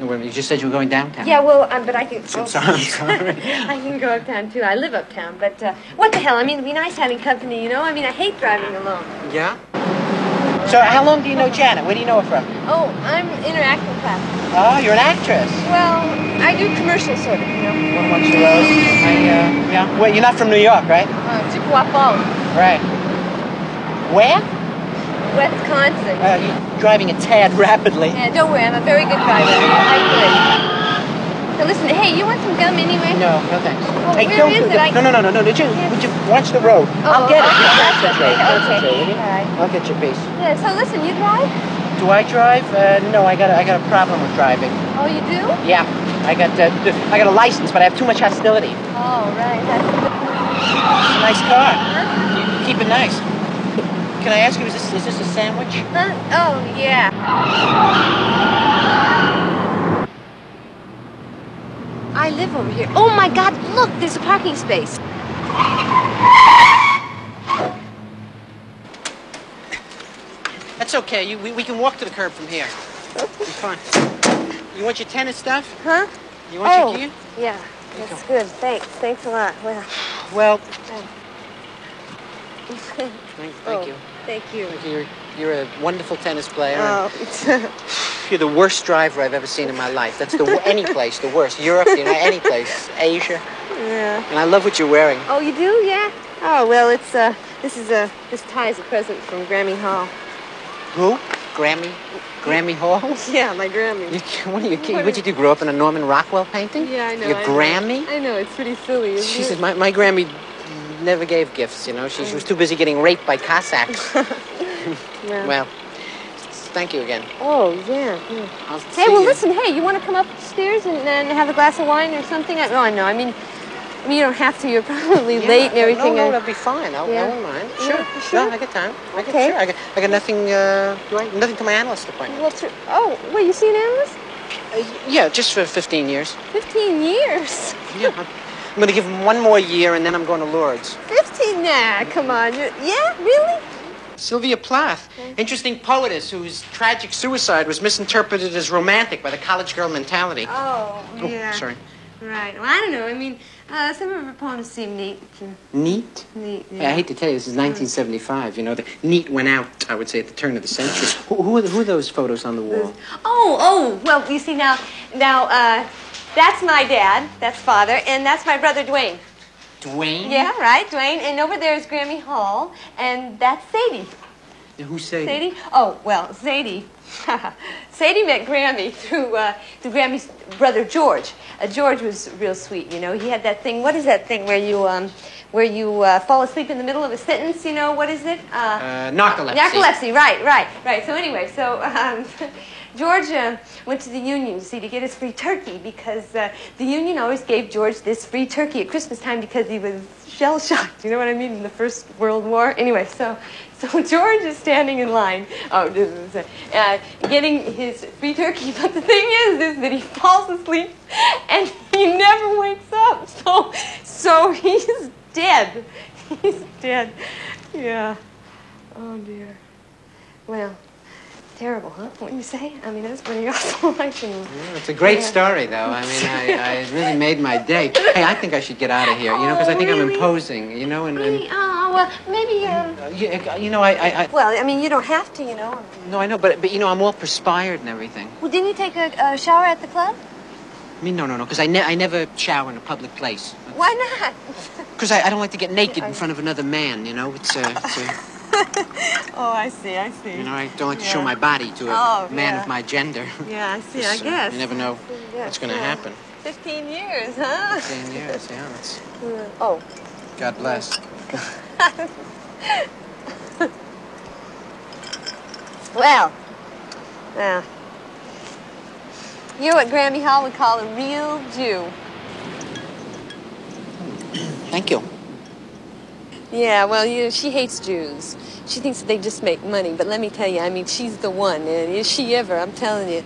S1: No, wait a minute, You just said you were going downtown.
S13: Yeah, well, um, but I can. oh.
S1: I'm sorry. I'm sorry.
S13: I can go uptown too. I live uptown, but uh, what the hell? I mean, it'd be nice having company, you know? I mean, I hate driving alone.
S1: yeah? So, how long do you know Janet? Where do you know her from?
S13: Oh, I'm in an acting class.
S1: Oh, you're an actress.
S13: Well, I do commercial sort of, you know.
S1: One Watch the Rose. I, uh, yeah. Wait, you're not from New York, right?
S13: Uh, to Guapal,
S1: Right. Where?
S13: Wisconsin.
S1: Uh, you're driving a tad rapidly.
S13: Yeah, don't worry, I'm a very good driver. I could. So listen, hey, you want some gum anyway?
S1: No, no thanks.
S13: Well,
S1: hey,
S13: where
S1: don't
S13: is
S1: do
S13: it? I-
S1: that. No, no, no, no, no. Did you, would you watch the road? I'll get it. Concentrate, concentrate, will you?
S13: Oh, All right.
S1: I'll get your piece.
S13: Yeah, so listen, you drive?
S1: Do I drive? Uh, no, I got a, I got a problem with driving.
S13: Oh, you do?
S1: Yeah, I got uh, I got a license, but I have too much hostility.
S13: Oh, right.
S1: It's a nice car. You keep it nice. Can I ask you, is this is this a sandwich?
S13: Huh? Oh, yeah. I live over here. Oh my God, look, there's a parking space.
S1: That's okay. You, we, we can walk to the curb from here. Be fine. You want your tennis stuff?
S13: Huh?
S1: You want
S13: oh,
S1: your gear?
S13: Yeah, that's good. Thanks. Thanks a lot. Well.
S1: Well.
S13: Oh. Thank,
S1: thank
S13: oh,
S1: you.
S13: Thank you.
S1: Thank you. You're, you're a wonderful tennis player.
S13: Oh.
S1: You're the worst driver I've ever seen in my life. That's the wo- any place, the worst. Europe, you know, any place, Asia.
S13: yeah.
S1: And I love what you're wearing.
S13: Oh, you do? Yeah. Oh well, it's uh, this is a this tie is a present from Grammy Hall.
S1: Who? Grammy? Grammy Hall?
S13: Yeah, my Grammy.
S1: You, what are you kidding? What'd you do? Grow up in a Norman Rockwell painting?
S13: Yeah, I know.
S1: Your
S13: I know.
S1: Grammy?
S13: I know it's pretty silly. Isn't
S1: She
S13: it?
S1: said, my, my Grammy never gave gifts, you know. She, she was too busy getting raped by Cossacks.
S13: Yeah.
S1: well, thank you again.
S13: Oh yeah. yeah.
S1: I'll
S13: Hey,
S1: see
S13: well,
S1: you.
S13: listen. Hey, you want to come upstairs and, and have a glass of wine or something? I, no, no. I mean, I mean, you don't have to. You're probably
S1: Yeah,
S13: late and
S1: no,
S13: everything.
S1: No,
S13: I-
S1: no, that'll be fine. I'll,
S13: Yeah.
S1: I won't mind.
S13: Yeah,
S1: Sure.
S13: you sure?
S1: No, I got time. I got,
S13: Okay.
S1: Sure. I got, I got nothing. Uh, do I? Nothing to my analyst appointment.
S13: What's your, oh, wait, you see an analyst?
S1: Uh, Yeah, just for 15 years.
S13: 15 years.
S1: Yeah. I'm, I'm going to give him one more year, and then I'm going to Lourdes.
S13: 15? Nah, come on. You're, yeah, really?
S1: Sylvia Plath, interesting poetess whose tragic suicide was misinterpreted as romantic by the college girl mentality.
S13: Oh,
S1: Oh,
S13: yeah.
S1: sorry.
S13: Right. Well, I don't know. I mean, uh, some of her poems seem neat.
S1: Neat.
S13: Neat.
S1: Hey, I hate to tell you, this
S13: Uh-huh.
S1: is 1975. You know, the neat went out. I would say at the turn of the century. who, who, are the, who are those photos on the wall?
S13: Oh, oh. Well, you see now, now, uh, that's my dad. That's father, and that's my brother Dwayne.
S1: Dwayne.
S13: Yeah, right, Dwayne. And over there is Grammy Hall, and that's Sadie.
S1: Who's Sadie?
S13: Sadie? Oh, well, Sadie. Sadie met Grammy through, uh, through Grammy's brother George. Uh, George was real sweet, you know. He had that thing. What is that thing where you um, where you uh, fall asleep in the middle of a sentence? You know what is it?
S1: Uh, narcolepsy.
S13: Narcolepsy, right, right, right. So anyway, so um, George uh, went to the union, you see, to get his free turkey because uh, the union always gave George this free turkey at Christmas time because he was shell shocked. You know what I mean? In the First World War. Anyway, so so George is standing in line, oh, this is, uh, uh, getting his free turkey. But the thing is, is that he falls asleep and he never wakes up. So so he's dead. He's dead. Yeah. Oh dear. Well, terrible, huh? What you say? I mean, that's pretty awful. I can.
S1: It's a great
S13: Yeah.
S1: story, though. I mean, I, I it really made my day. Hey, I think I should get out of here, you know, because I think I'm imposing, you know, and, and
S13: Oh well, maybe. Um,
S1: uh, you, uh, you know, I, I, I
S13: well, I mean, you don't have to, you know.
S1: no, I know, but but you know, I'm all perspired and everything.
S13: Well, didn't you take a, a shower at the club?
S1: I mean, no, no, no, because I, ne- I never shower in a public place.
S13: Why not?
S1: Because I, I don't like to get naked in front of another man, you know. It's, uh, it's uh,
S13: Oh, I see. I see.
S1: you know, I don't like to show my body to a
S13: Oh,
S1: man
S13: yeah.
S1: of my gender.
S13: Yeah, I see. I
S1: It's, uh,
S13: guess.
S1: You never know
S13: Yeah,
S1: what's going to
S13: yeah.
S1: happen.
S13: Fifteen years, huh?
S1: Fifteen years. Yeah, that's.
S13: Mm, Oh.
S1: God bless.
S13: Well, well, you're what Grammy Hall would call a real Jew.
S1: Thank you.
S13: Yeah, well, you know, she hates Jews. She thinks that they just make money. But let me tell you, I mean, she's the one. And is she ever? I'm telling you.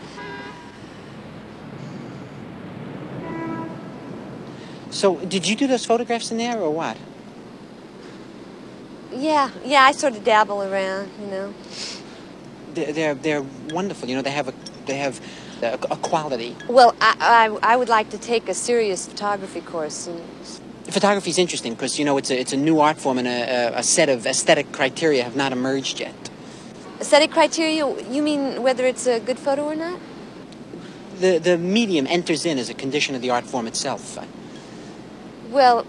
S1: So, did you do those photographs in there or what?
S13: Yeah, yeah, I sort of dabble around, you know.
S1: They're they're, they're wonderful. You know, they have a they have a, a quality.
S13: Well, I, I, I would like to take a serious photography course. And,
S1: Photography is interesting because you know it's a it's a new art form and a, a, a set of aesthetic criteria have not emerged yet.
S13: aesthetic criteria, you mean whether it's a good photo or not?
S1: The the medium enters in as a condition of the art form itself.
S13: Well,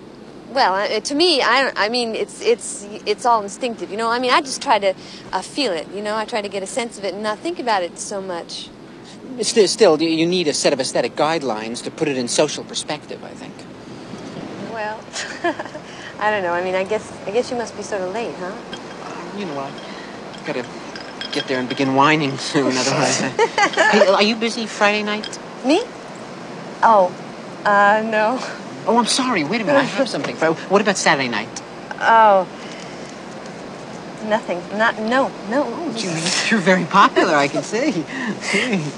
S13: well, uh, to me, I don't. I mean, it's it's it's all instinctive, you know. I mean, I just try to uh, feel it, you know. I try to get a sense of it and not think about it so much.
S1: Still, still, you- you need a set of aesthetic guidelines to put it in social perspective. I think.
S13: Well, I don't know. I mean, I guess I guess you must be sort of late, huh?
S1: You know what? Gotta get there and begin whining soon. Otherwise, I- Hey, are you busy Friday night?
S13: Me? Oh, uh, no.
S1: Oh, I'm sorry. Wait a minute. I have something. For, what about Saturday night?
S13: Oh, nothing. Not no no.
S1: You're very popular. I can see.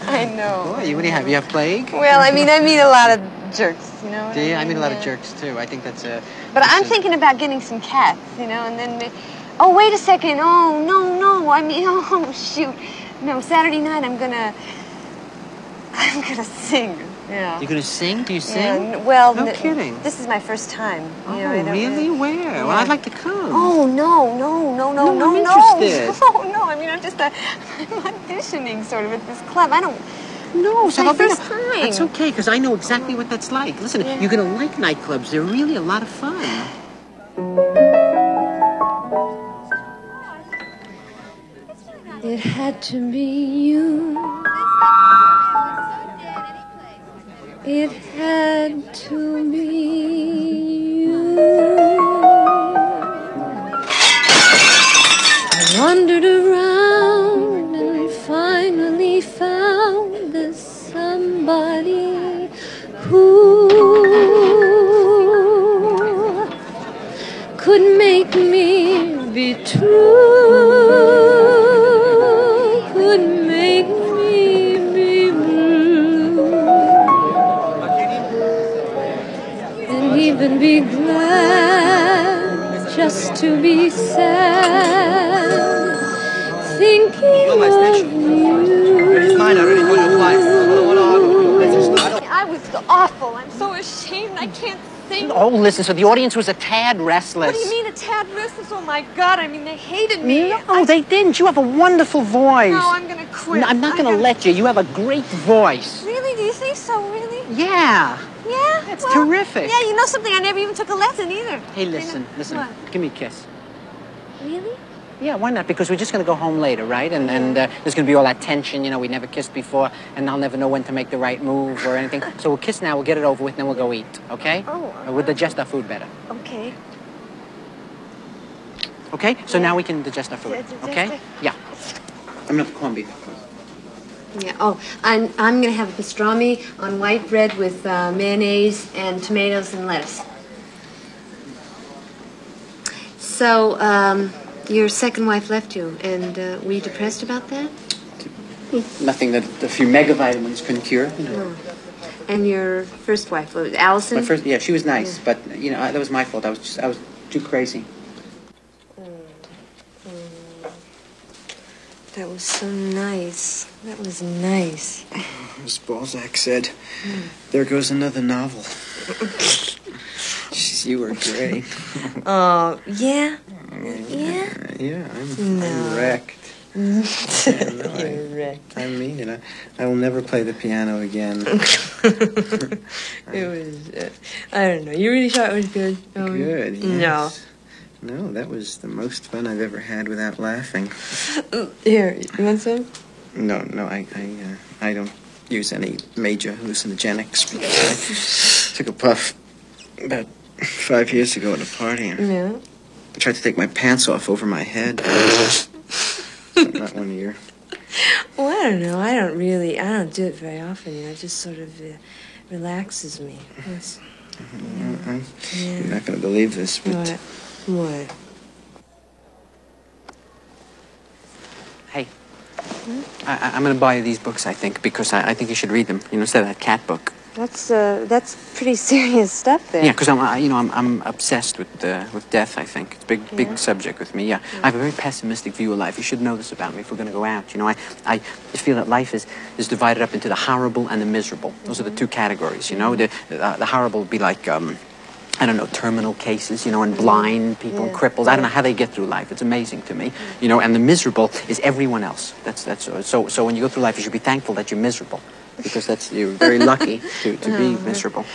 S13: I know.
S1: Boy, you- what do you have? You have plague?
S13: Well, I mean, I meet a lot of jerks, you know. what
S1: Do you? I mean, a lot of
S13: Yeah.
S1: jerks too. I think that's a.
S13: But I'm
S1: that's a-
S13: thinking about getting some cats, you know, and then. ma- Oh, wait a second. Oh, no, no. I mean, oh, shoot. No, Saturday night I'm gonna. I'm gonna sing. Yeah.
S1: You're gonna sing? Do you sing?
S13: Yeah, n- well,
S1: no
S13: n-
S1: kidding.
S13: This is my first time.
S1: Oh,
S13: you know, I don't
S1: really? Where? Well,
S13: Yeah.
S1: I'd like to come.
S13: Oh no, no, no, no,
S1: No,
S13: no,
S1: I'm
S13: no!
S1: interested.
S13: No, no! I mean, I'm just a, I'm auditioning sort of at this club. I don't.
S1: No,
S13: it's
S1: so
S13: my
S1: I'll be
S13: first
S1: there.
S13: time.
S1: Oh, That's okay, because I know exactly what that's like. Listen, you're going to like nightclubs. They're really a lot of fun.
S12: It had to be you. It had to be you. I wandered around and finally found the somebody who could make me be true, could make me be blue, and even be glad just to be sad, thinking of you.
S13: I was awful. I'm so ashamed. I can't sing.
S1: Oh, listen, so the audience was a tad restless.
S13: What do you mean a tad restless? Oh my God! I mean, they hated me.
S1: No, Oh, they didn't. You have a wonderful voice.
S13: No, I'm gonna quit.
S1: No, I'm not going to let you. You have a great voice.
S13: Really? Do you think so? Really?
S1: Yeah.
S13: Yeah. That's
S1: terrific.
S13: Yeah, you know something? I never even took a lesson either.
S1: Hey, listen, listen.
S13: What?
S1: Give me a kiss.
S13: Really?
S1: Yeah, why not? Because we're just going to go home later, right? And, and uh, there's going to be all that tension, you know, we never kissed before, and I'll never know when to make the right move or anything. so we'll kiss now, we'll get it over with, and then we'll go eat, okay?
S13: Oh,
S1: And We'll digest our food better,
S13: Okay.
S1: okay? So now we can digest our food,
S13: Digest
S1: okay?
S13: it.
S1: Yeah. I'm going to corned beef.
S22: Yeah. Oh, I'm, I'm going to have pastrami on white bread with uh, mayonnaise and tomatoes and lettuce. So, um, your second wife left you, and uh, were you depressed about that?
S23: Nothing that a few megavitamins couldn't cure. You know.
S22: No. And your first wife, what was it, Allison?
S23: My first, yeah, she was nice, but you know I, that was my fault. I was just, I was too crazy.
S22: That was so nice. That was nice.
S24: As Balzac said, there goes another novel. Jeez, you were great.
S22: Oh, yeah? Yeah?
S24: yeah, I'm,
S22: No.
S24: I'm wrecked. Yeah, no, I, I mean it. I, I will never play the piano again.
S22: It was, uh, I don't know. You really thought it was good? Um,
S24: Good.
S22: No.
S24: Yes. No, that was the most fun I've ever had without laughing.
S22: Here, you want some?
S24: No, no, I, I, uh, I don't use any major hallucinogenics. because I took a puff about five years ago at a party and
S22: Yeah.
S24: I tried to take my pants off over my head. not, not one of your
S13: Well, I don't know. I don't really. I don't do it very often. You know, it just sort of uh, relaxes me. Yes.
S14: Mm-hmm.
S25: I, am not going to believe this, but
S13: What? What?
S14: I, I- I'm going to buy you these books, I think, because I, I think you should read them. You know, instead of that cat book.
S13: That's uh, that's pretty serious stuff there.
S14: Yeah, because I'm, I, you know, I'm, I'm obsessed with uh, with death. I think it's a big,
S13: Yeah.
S14: big subject with me. Yeah. I have a very pessimistic view of life. You should know this about me. If we're going to go out, you know, I, I just feel that life is is divided up into the horrible and the miserable. Those are the two categories. You know, the uh, the horrible would be like. Um, I don't know, terminal cases, you know, and blind people, and
S26: Yeah.
S14: cripples. I don't know how they get through life. It's amazing to me, you know. And the miserable is everyone else. That's that's uh, so. So when you go through life, you should be thankful that you're miserable, because that's you're very lucky to, to be
S25: Oh.
S14: miserable.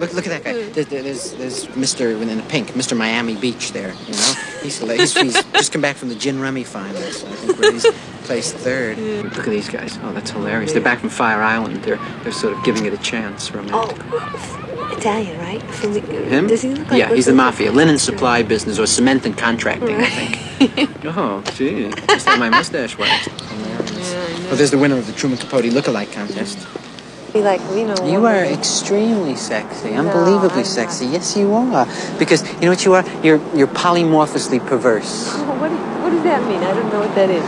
S1: Look, look at that guy. There's, there's, there's Mr. in the pink, Mr. Miami Beach there, you know? He's, he's, he's just come back from the gin rummy finals, I think, where he's placed third. Look at these guys. Oh, that's hilarious. They're back from Fire Island. They're, they're sort of giving it a chance, romantic.
S13: Oh, Italian, right? Fili-
S14: Him?
S13: Does he look like?
S14: yeah, he's the mafia, linen supply business or cement and contracting, I think. oh, gee, just had my mustache waxed.
S1: Oh, there's the winner of the Truman Capote lookalike contest.
S13: Be like, you know.
S1: You
S13: what-
S1: are
S14: extremely sexy, unbelievably sexy. Yes, you are. Because you know what you are? You're you're polymorphously perverse.
S13: What, do- what does that mean? I don't know what that is.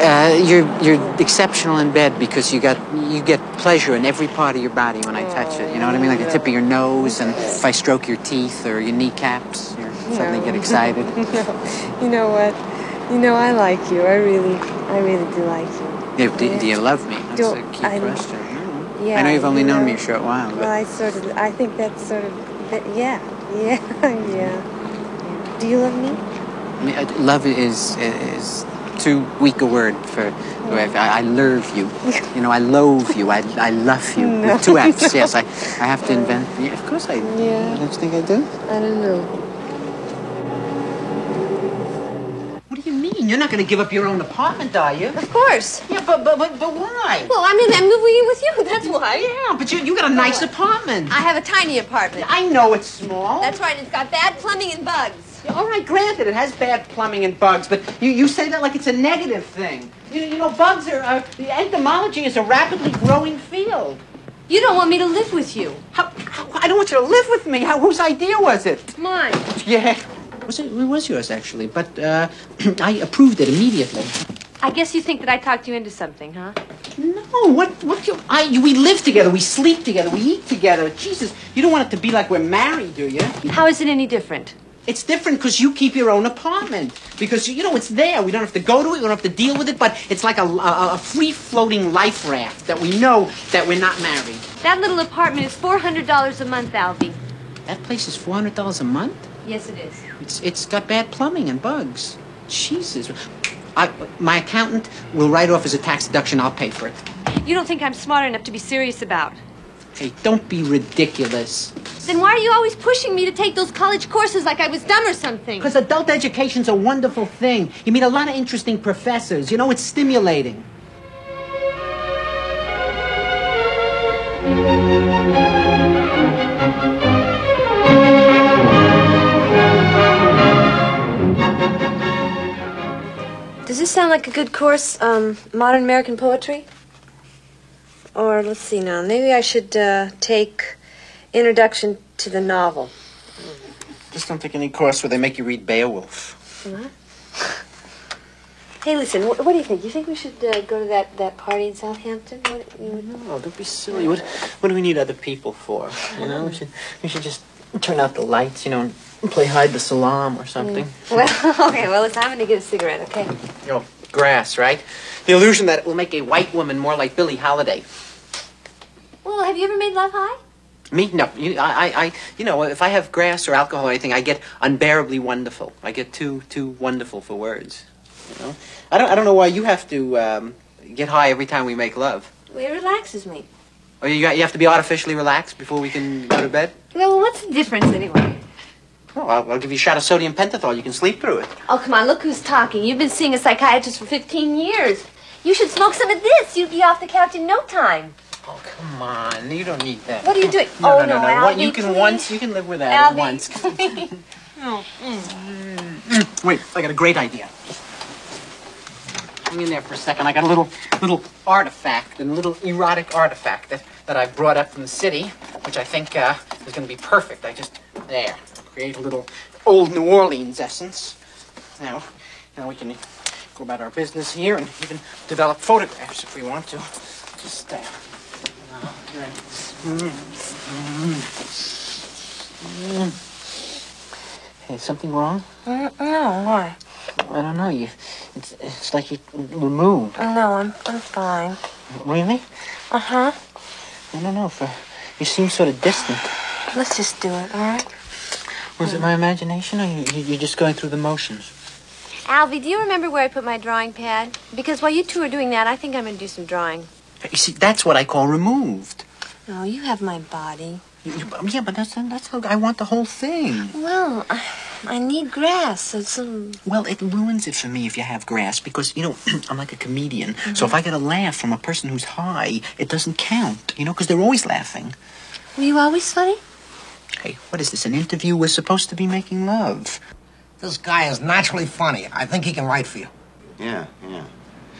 S14: Uh, you're you're exceptional in bed because you got you get pleasure in every part of your body when I touch it. You know what I mean? Like the tip of your nose, and if I stroke your teeth or your kneecaps, you suddenly get
S13: No.
S14: excited.
S13: no. You know what? You know I like you. I really, I really do like you.
S14: Yeah, do, do you love me? That's
S13: Do-
S14: a key
S13: I-
S14: question. Mm.
S13: Yeah,
S14: I know you've only
S13: you
S14: known
S13: know.
S14: me a short while, but
S13: Well, I sort of, I think that's sort of, that, yeah, yeah, yeah. Do you love me?
S14: I mean, uh, love is is too weak a word for. I, I love you. You know, I loathe you. I, I love you.
S13: No,
S14: With two F's.
S13: no.
S14: Yes, I, I have to invent. Yeah, of course I.
S13: Yeah.
S14: Don't you think I do?
S13: I don't know.
S1: What do you mean? You're not going to give up your own apartment, are you? Of course. Yeah, but but but, but why?
S12: Well, I'm in. I'm moving in with you. That's why.
S1: Yeah, but you you got a nice apartment.
S12: I have a tiny apartment.
S1: I know it's small.
S12: That's right. It's got bad plumbing and bugs.
S1: All right, granted, it has bad plumbing and bugs, but you, you say that like it's a negative thing. You, you know, bugs are, are. Entomology is a rapidly growing field.
S12: You don't want me to live with you.
S1: How, how, I don't want you to live with me. How, whose idea was it?
S12: Mine.
S1: Yeah. Was it, it was yours, actually, but uh, I approved it immediately.
S12: I guess you think that I talked you into something, huh?
S1: No, what, what, you- I, you- we live together, we sleep together, we eat together. Jesus, you don't want it to be like we're married, do you?
S12: How is it any different?
S1: It's different because you keep your own apartment. Because, you know, it's there. We don't have to go to it, we don't have to deal with it, but it's like a, a, a free floating life raft that we know that we're not married.
S12: That little apartment is four hundred dollars a month, Alvy.
S1: That place is $400 a month?
S12: Yes, it is.
S1: It's, it's got bad plumbing and bugs. Jesus. I, my accountant will write off as a tax deduction, I'll pay for it.
S12: You don't think I'm smart enough to be serious about?
S1: Hey, don't be ridiculous.
S12: Then why are you always pushing me to take those college courses like I was dumb or something?
S1: Because adult education's a wonderful thing. You meet a lot of interesting professors. You know, it's stimulating.
S13: Does this sound like a good course? Um, modern American poetry? Or let's see now, maybe I should uh, take Introduction to the Novel.
S1: Just don't take any course where they make you read Beowulf.
S13: What? Hey, listen, wh- what do you think? You think we should uh, go to that, that party in Southampton? What, you...
S1: No, Oh, don't be silly. What, what do we need other people for? You know, we should, we should just turn out the lights, you know, and play hide the salam or something.
S13: Well, okay, well, listen, I'm going to get a cigarette, okay?
S1: Oh, grass, right? The illusion that it will make a white woman more like Billie Holiday.
S12: Well, have you ever made love high?
S1: Me, no. You, I, I, I, you know, if I have grass or alcohol or anything, I get unbearably wonderful. I get too, too wonderful for words. You know, I don't, I don't know why you have to um, get high every time we make love.
S13: It relaxes me.
S1: Or you, you have to be artificially relaxed before we can go to bed.
S12: Well, what's the difference anyway?
S1: Oh, I'll, I'll give you a shot of sodium pentothal. You can sleep through it.
S12: Oh, come on, look who's talking. You've been seeing a psychiatrist for 15 years. You should smoke some of this. You'd be off the couch in no time.
S1: Come on, you don't need that.
S12: What are you doing?
S1: No,
S12: Oh,
S1: no,
S12: no,
S1: no, no. What-
S12: Albie,
S1: you can
S12: please.
S1: once, you can live with that
S12: Albie.
S1: once.
S12: oh, mm.
S1: Wait, I got a great idea.
S27: Hang in there for a second. I got a little little artifact, a little erotic artifact that, that I brought up from the city, which I think uh, is going to be perfect. I just there create a little old New Orleans essence. Now, now we can go about our business here and even develop photographs if we want to. Just uh, uh, here I- Mm, mm, mm. Hey, something wrong?
S12: No,
S27: mm.
S12: why?
S27: I don't know. You, it's, it's like you your mood.
S12: No, I'm, I'm fine.
S27: Really?
S12: Uh huh.
S27: I don't know. For you seem sort of distant.
S12: Let's just do it, all right?
S27: Was it my imagination, or you, you, you're just going through the motions?
S13: Alvy, do you remember where I put my drawing pad? Because while you two are doing that, I think I'm going to do some drawing.
S27: You see, that's what I call removed.
S12: No, Oh, you have my body.
S27: Yeah, but that's that's how I want the whole thing.
S12: Well, I, I need grass. So some.
S27: Well, it ruins it for me if you have grass because you know I'm like a comedian. So if I get a laugh from a person who's high, it doesn't count. You know, because they're always laughing.
S12: Were you always funny?
S27: Hey, what is this? An interview? We're supposed to be making love.
S28: This guy is naturally funny. I think he can write for you.
S29: Yeah, yeah.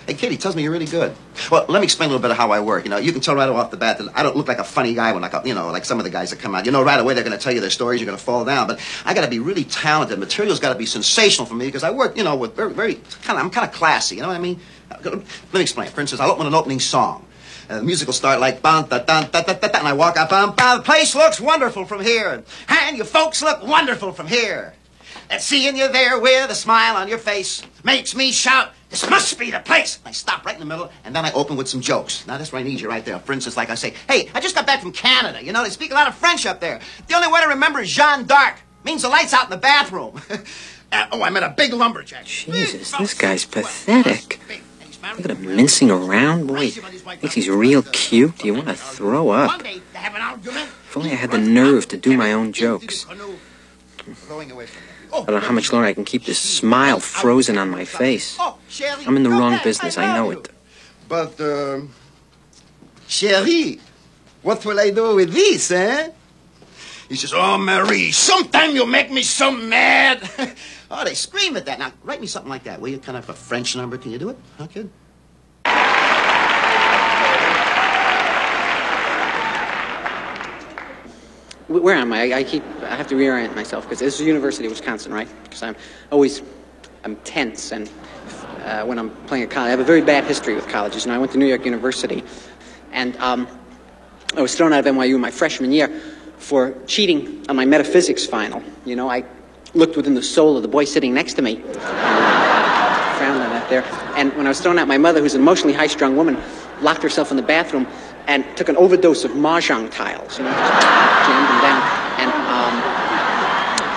S29: Hey, kid, he tells me you're really good. Well, let me explain a little bit of how I work. You know, you can tell right off the bat that I don't look like a funny guy when I, come- you know, like some of the guys that come out. You know, right away they're going to tell you their stories. You're going to fall down. But I got to be really talented. Material's got to be sensational for me because I work, you know, with very, very kind of. I'm kind of classy. You know what I mean? Let me explain. For instance, I'll open with an opening song. And the music will start like bam, da, da, da, da, da, da, and I walk out, bam, bam, the place looks wonderful from here. And you folks look wonderful from here. And seeing you there with a smile on your face makes me shout, This must be the place! And I stop right in the middle, and then I open with some jokes. Now, that's where I need you right there. For instance, like I say, Hey, I just got back from Canada. You know, they speak a lot of French up there. The only word I remember is Jeanne d'Arc. Means the light's out in the bathroom. Uh, oh, I met a big lumberjack.
S30: Jesus, this guy's pathetic. Look at him mincing around. Boy, thinks he's real cute. You want to throw up. If only I had the nerve to do my own jokes. I don't know how much longer I can keep this smile frozen on my face. I'm in the wrong business. I know it.
S31: But, um, Chérie, what will I do with this, eh?
S29: He says, Oh, Marie, sometime you'll make me so mad.
S31: Oh, they scream at that. Now, write me something like that, will you? Kind of a French number. Can you do it? Huh, kid?
S1: Wh- Where am I? I? I keep. I have to reorient myself because this is University of Wisconsin, right? Because I'm always, I'm tense, and uh, when I'm playing at college, I have a very bad history with colleges. And I went to New York University, and um, I was thrown out of NYU my freshman year for cheating on my metaphysics final. You know, I looked within the soul of the boy sitting next to me. frowned on that there. And when I was thrown out, my mother, who's an emotionally high-strung woman, locked herself in the bathroom and took an overdose of mahjong tiles. You know, just jammed them down. And um,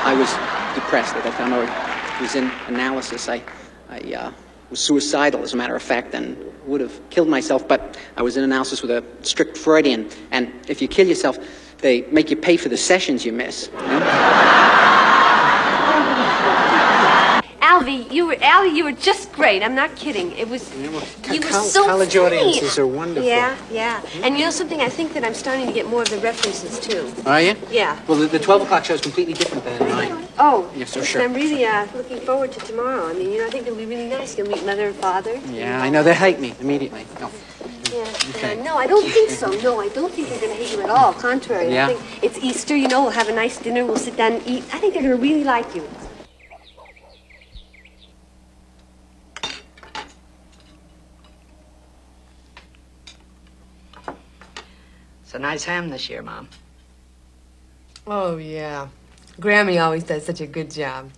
S1: I was depressed at that time. I was in analysis. I, I uh, was suicidal, as a matter of fact, and would have killed myself. But I was in analysis with a strict Freudian. And if you kill yourself, they make you pay for the sessions you miss. you know?
S13: Alvy, you were Alvy, you were just great. I'm not kidding. It was you were
S30: col-
S13: so
S30: college
S13: funny.
S30: audiences are wonderful.
S13: Yeah, yeah. And you know something? I think that I'm starting to get more of the references too.
S1: Are you?
S13: Yeah.
S1: Well, the, the 12 o'clock show is completely different than mine.
S13: Oh.
S1: Yes, sir,
S13: listen,
S1: sure.
S13: I'm really uh, looking forward to tomorrow. I mean, you know, I think it'll be really nice. You'll meet mother and father.
S1: Yeah, I know. They hate me immediately. No.
S13: Yeah.
S1: Okay.
S13: Uh, no, I don't think so. No, I don't think they're going to hate you at all. Contrary,
S1: Yeah.
S13: I think it's Easter. You know, we'll have a nice dinner. We'll sit down and eat. I think they're going to really like you.
S32: It's a nice ham this year, Mom.
S33: Oh, yeah. Grammy always does such a good job.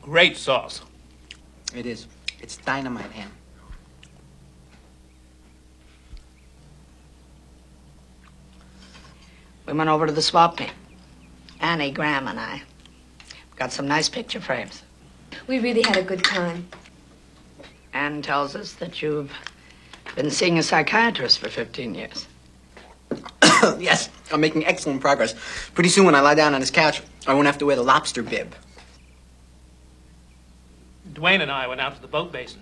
S27: Great sauce. It is. It's dynamite ham.
S32: We went over to the swap meet. Annie, Graham, and I. Got some nice picture frames.
S33: We really had a good time.
S32: Anne tells us that you've been seeing a psychiatrist for 15 years.
S1: yes, I'm making excellent progress. Pretty soon, when I lie down on his couch, I won't have to wear the lobster bib.
S25: Dwayne and I went out to the boat basin,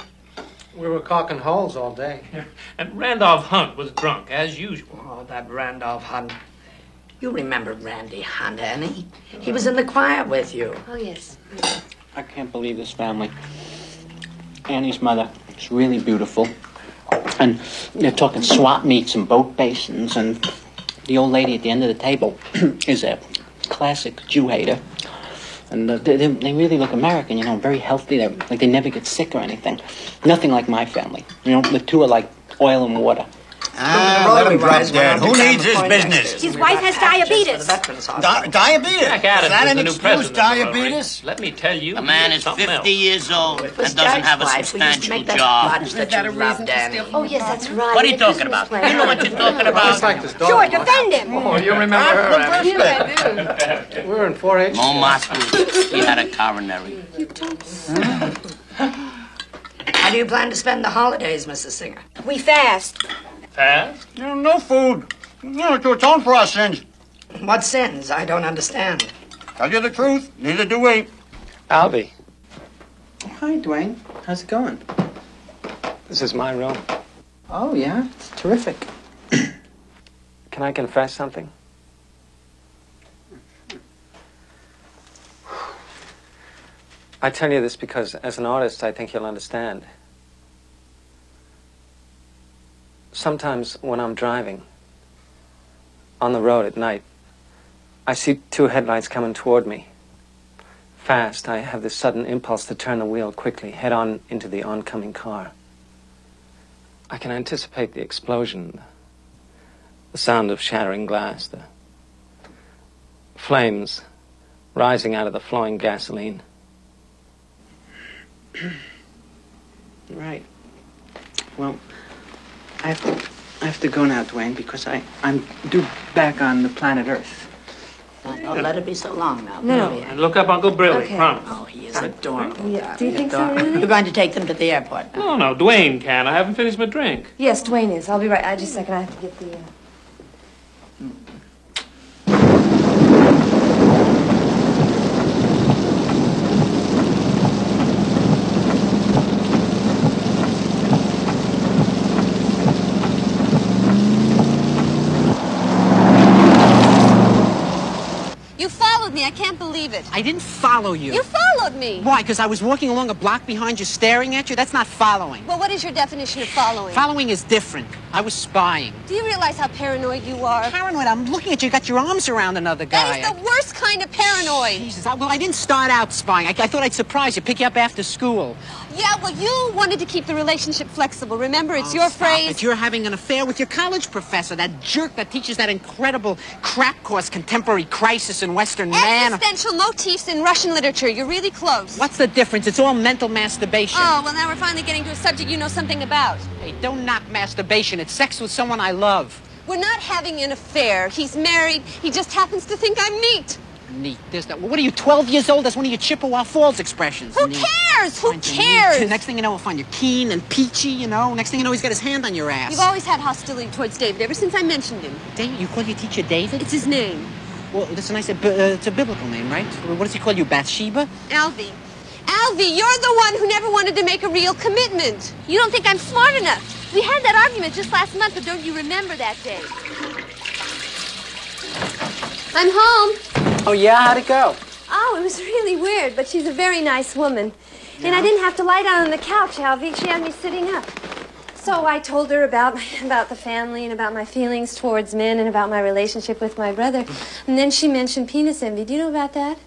S34: We were caulking holes all day.
S32: and Randolph Hunt was drunk, as usual. Oh, that Randolph Hunt. You remember Randy Hunt, Annie? He was in the choir with you.
S13: Oh yes.
S27: I can't believe this family. Annie's mother,
S35: It's really beautiful. And they're talking swap meets and boat basins. And the old lady at the end of the table is a classic Jew hater. And uh, they, they- they really look American, you know, very healthy. They're, like they never get sick or anything. Nothing like my family. You know, the two are like oil and water.
S16: Ah, let him drop dead. Who needs his business?
S2: His wife has diabetes.
S16: Di- diabetes?
S11: Jack Adams
S16: Is that
S11: is
S16: an
S11: the new
S16: excuse,
S11: president of our
S16: diabetes?
S11: race. Let me tell you,
S16: The man
S11: he
S16: is
S11: something
S16: 50
S11: else.
S16: years old and
S11: was
S16: doesn't
S11: Jack's
S16: have a
S11: wife. We used to
S16: substantial
S11: make that
S16: job.
S11: fudge that Is that you a love, reason to Danny. steal
S2: Oh, yes, that's right.
S16: What are you
S2: The Christmas
S16: talking about?
S2: play.
S16: You know what you're talking about?
S2: Sure, defend him.
S16: Oh, you remember her, Abby.
S3: We're in 4-H.
S16: Mo Mosby, he had a coronary.
S2: You don't say.
S32: How do you plan to spend the holidays, Mrs. Singer?
S2: We fast.
S11: Fast?
S32: No, no food. No, to its own for our sins. What sins? I don't understand.
S16: Tell you the truth, neither do we.
S25: Alvy,
S12: Hi, Dwayne. How's it going?
S25: this is my room.
S12: Oh, yeah? It's terrific.
S25: Can I confess something? I tell you this because, as an artist, I think you'll understand. Sometimes when I'm driving on the road at night, I see two headlights coming toward me. Fast, I have this sudden impulse to turn the wheel quickly, head on into the oncoming car. I can anticipate the explosion, the sound of shattering glass, the flames rising out of the flowing gasoline.
S12: Right. Well, I have to, I have to go now, Dwayne, because I, I'm due back on the planet Earth.
S32: Don't let it be so long now.
S12: No.
S36: Oh,
S32: Billy.
S11: And look up Uncle Billy,
S32: Okay.
S11: promise.
S32: Oh, he is adorable. Yeah.
S36: Do you think so, really?
S32: You're going to take them to the airport.
S11: No, no, Dwayne can. I haven't finished my drink.
S36: Yes, Dwayne is. I'll be right. I just a second. I have to get the. Uh...
S2: You followed me. I can't believe it.
S1: I didn't follow you.
S2: You followed me.
S1: Why? Because I was walking along a block behind you, staring at you. That's not following.
S2: Well, what is your definition of following?
S1: Following is different. I was spying.
S2: Do you realize how paranoid you are?
S1: Paranoid. I'm looking at you. You got your arms around another
S2: That
S1: guy.
S2: is the worst kind of paranoid.
S1: Jesus. I, well, I didn't start out spying. I, I thought I'd surprise you, pick you up after school.
S2: Yeah, well, you wanted to keep the relationship flexible. Remember,
S1: Oh,
S2: it's your phrase.
S1: But you're having an affair with your college professor, that jerk that teaches that incredible crap course, Contemporary Crisis in Western Man.
S2: Existential motifs in Russian literature. You're really close.
S1: What's the difference? It's all mental masturbation.
S2: Oh, well, now we're finally getting to a subject you know something about.
S1: Hey, don't knock masturbation. It's sex with someone I love.
S2: We're not having an affair. He's married. He just happens to think I'm neat.
S1: Neat. There's that. What are you, 12 years old? That's one of your Chippewa Falls expressions.
S2: Who
S1: Neat.
S2: cares? Who
S1: Neat.
S2: cares?
S1: Next thing you know, I'll find you keen and peachy, you know. Next thing you know, he's got his hand on your ass.
S2: You've always had hostility towards David ever since I mentioned him.
S1: David, you call your teacher David?
S2: It's his name.
S1: Well, listen, I said, bu- uh, it's a biblical name, right? What does he call you, Bathsheba?
S2: Alvy. Alvy, you're the one who never wanted to make a real commitment. You don't think I'm smart enough. We had that argument just last month, but don't you remember that day? I'm home.
S12: Oh, yeah? How'd it go?
S13: Oh, it was really weird, but she's a very nice woman. And I didn't have to lie down on the couch, Alvy. She had me sitting up. So I told her about about the family and about my feelings towards men and about my relationship with my brother. And then she mentioned penis envy. Do you know about that?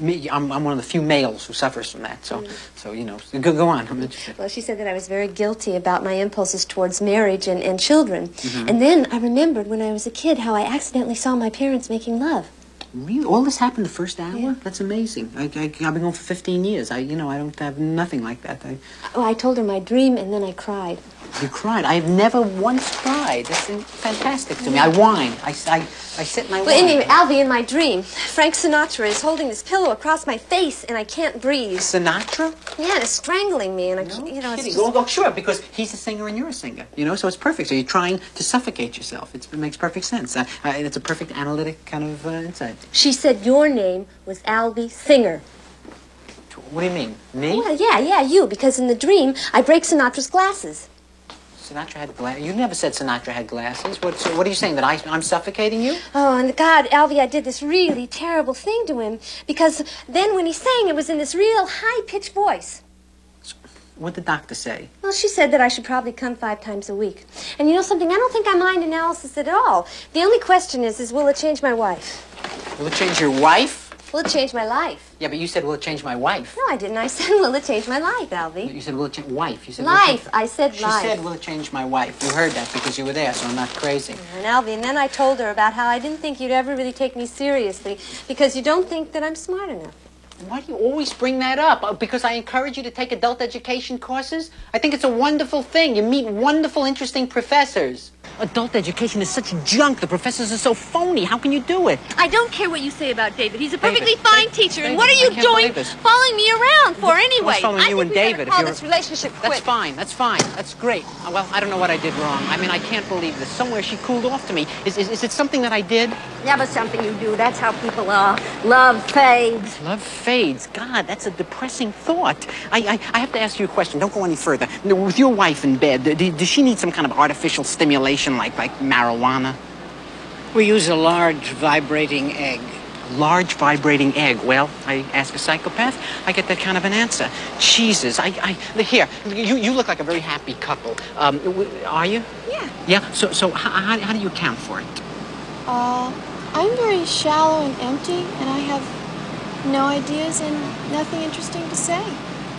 S1: Me, I'm, I'm one of the few males who suffers from that, so,
S13: Mm.
S1: so you know, go, go on. I'm interested.
S13: Well, she said that I was very guilty about my impulses towards marriage and, and children.
S1: Mhm.
S13: And then I remembered when I was a kid how I accidentally saw my parents making love.
S1: Really? All this happened the first hour? That's amazing. I, I, I've been going for 15 years. I, you know, I don't have nothing like that. I,
S13: Oh, I told her my dream and then I cried.
S1: You cried. I have never once cried. That's in- fantastic to me. I whine. I, I, I sit and I
S13: Well,
S1: whine.
S13: anyway, Alvy, in my dream, Frank Sinatra is holding this pillow across my face and I can't breathe.
S1: Sinatra?
S13: Yeah, and it's strangling me and I can't, you know, it's
S1: Kidding.
S13: just...
S1: Well, well, sure, because he's a singer and you're a singer. You know, so it's perfect. So you're trying to suffocate yourself. It's, it makes perfect sense. Uh, uh, it's a perfect analytic kind of uh, insight.
S13: She said your name was Alvy Singer.
S1: What do you mean? Me?
S13: Well, yeah, yeah, you, because in the dream, I break Sinatra's glasses.
S1: Sinatra had glasses. You never said Sinatra had glasses. What, so what are you saying? That I, I'm suffocating you?
S13: Oh, and God, Alvy, I did this really terrible thing to him because then when he sang, it was in this real high pitched voice.
S1: What'd the doctor say?
S13: Well, she said that I should probably come five times a week. And you know something? I don't think I mind analysis at all. The only question is, is will it change my wife?
S1: Will it change your wife?
S13: Will it change my life?
S1: Yeah, but you said, will it change my wife?
S13: No, I didn't. I said, will it change my life, Alvy?
S1: You said, will it change wife? You said, will it change-
S13: Life. I said
S1: She
S13: life.
S1: said, will it change my wife? You heard that because you were there, so I'm not crazy.
S13: And Alvy, and then I told her about how I didn't think you'd ever really take me seriously because you don't think that I'm smart enough.
S1: Why do you always bring that up? Uh, Because I encourage you to take adult education courses? I think it's a wonderful thing. You meet wonderful, interesting professors. Adult education is such junk. The professors are so phony. How can you do it?
S5: I don't care what you say about David. He's a
S1: David,
S5: perfectly fine teacher. and
S1: David,
S5: what are
S1: I
S5: you
S1: can't
S5: doing
S1: believe this.
S5: following me around for anyway?
S1: What's following
S5: I
S1: you
S5: think
S1: and
S5: we better
S1: David if
S5: Call
S1: you're-
S5: this relationship quit.
S1: That's fine. That's fine. That's great. Uh, Well, I don't know what I did wrong. I mean, I can't believe this. Somewhere she cooled off to me. Is, is, is it something that I did?
S37: Never something you do. That's how people are. Love fades.
S1: Love fades. God, that's a depressing thought. I, I, I have to ask you a question. Don't go any further. Now, With your wife in bed, do, do- does she need some kind of artificial stimulation like, like marijuana?
S2: We use a large vibrating egg.
S1: Large vibrating egg. Well, I ask a psychopath, I get that kind of an answer. Jesus, I, I here, you, you look like a very happy couple. Um, w- are you? Yeah. Yeah. So, so how, how, how do you account for it?
S7: Uh, I'm very shallow and empty, and I have no ideas and nothing interesting to say.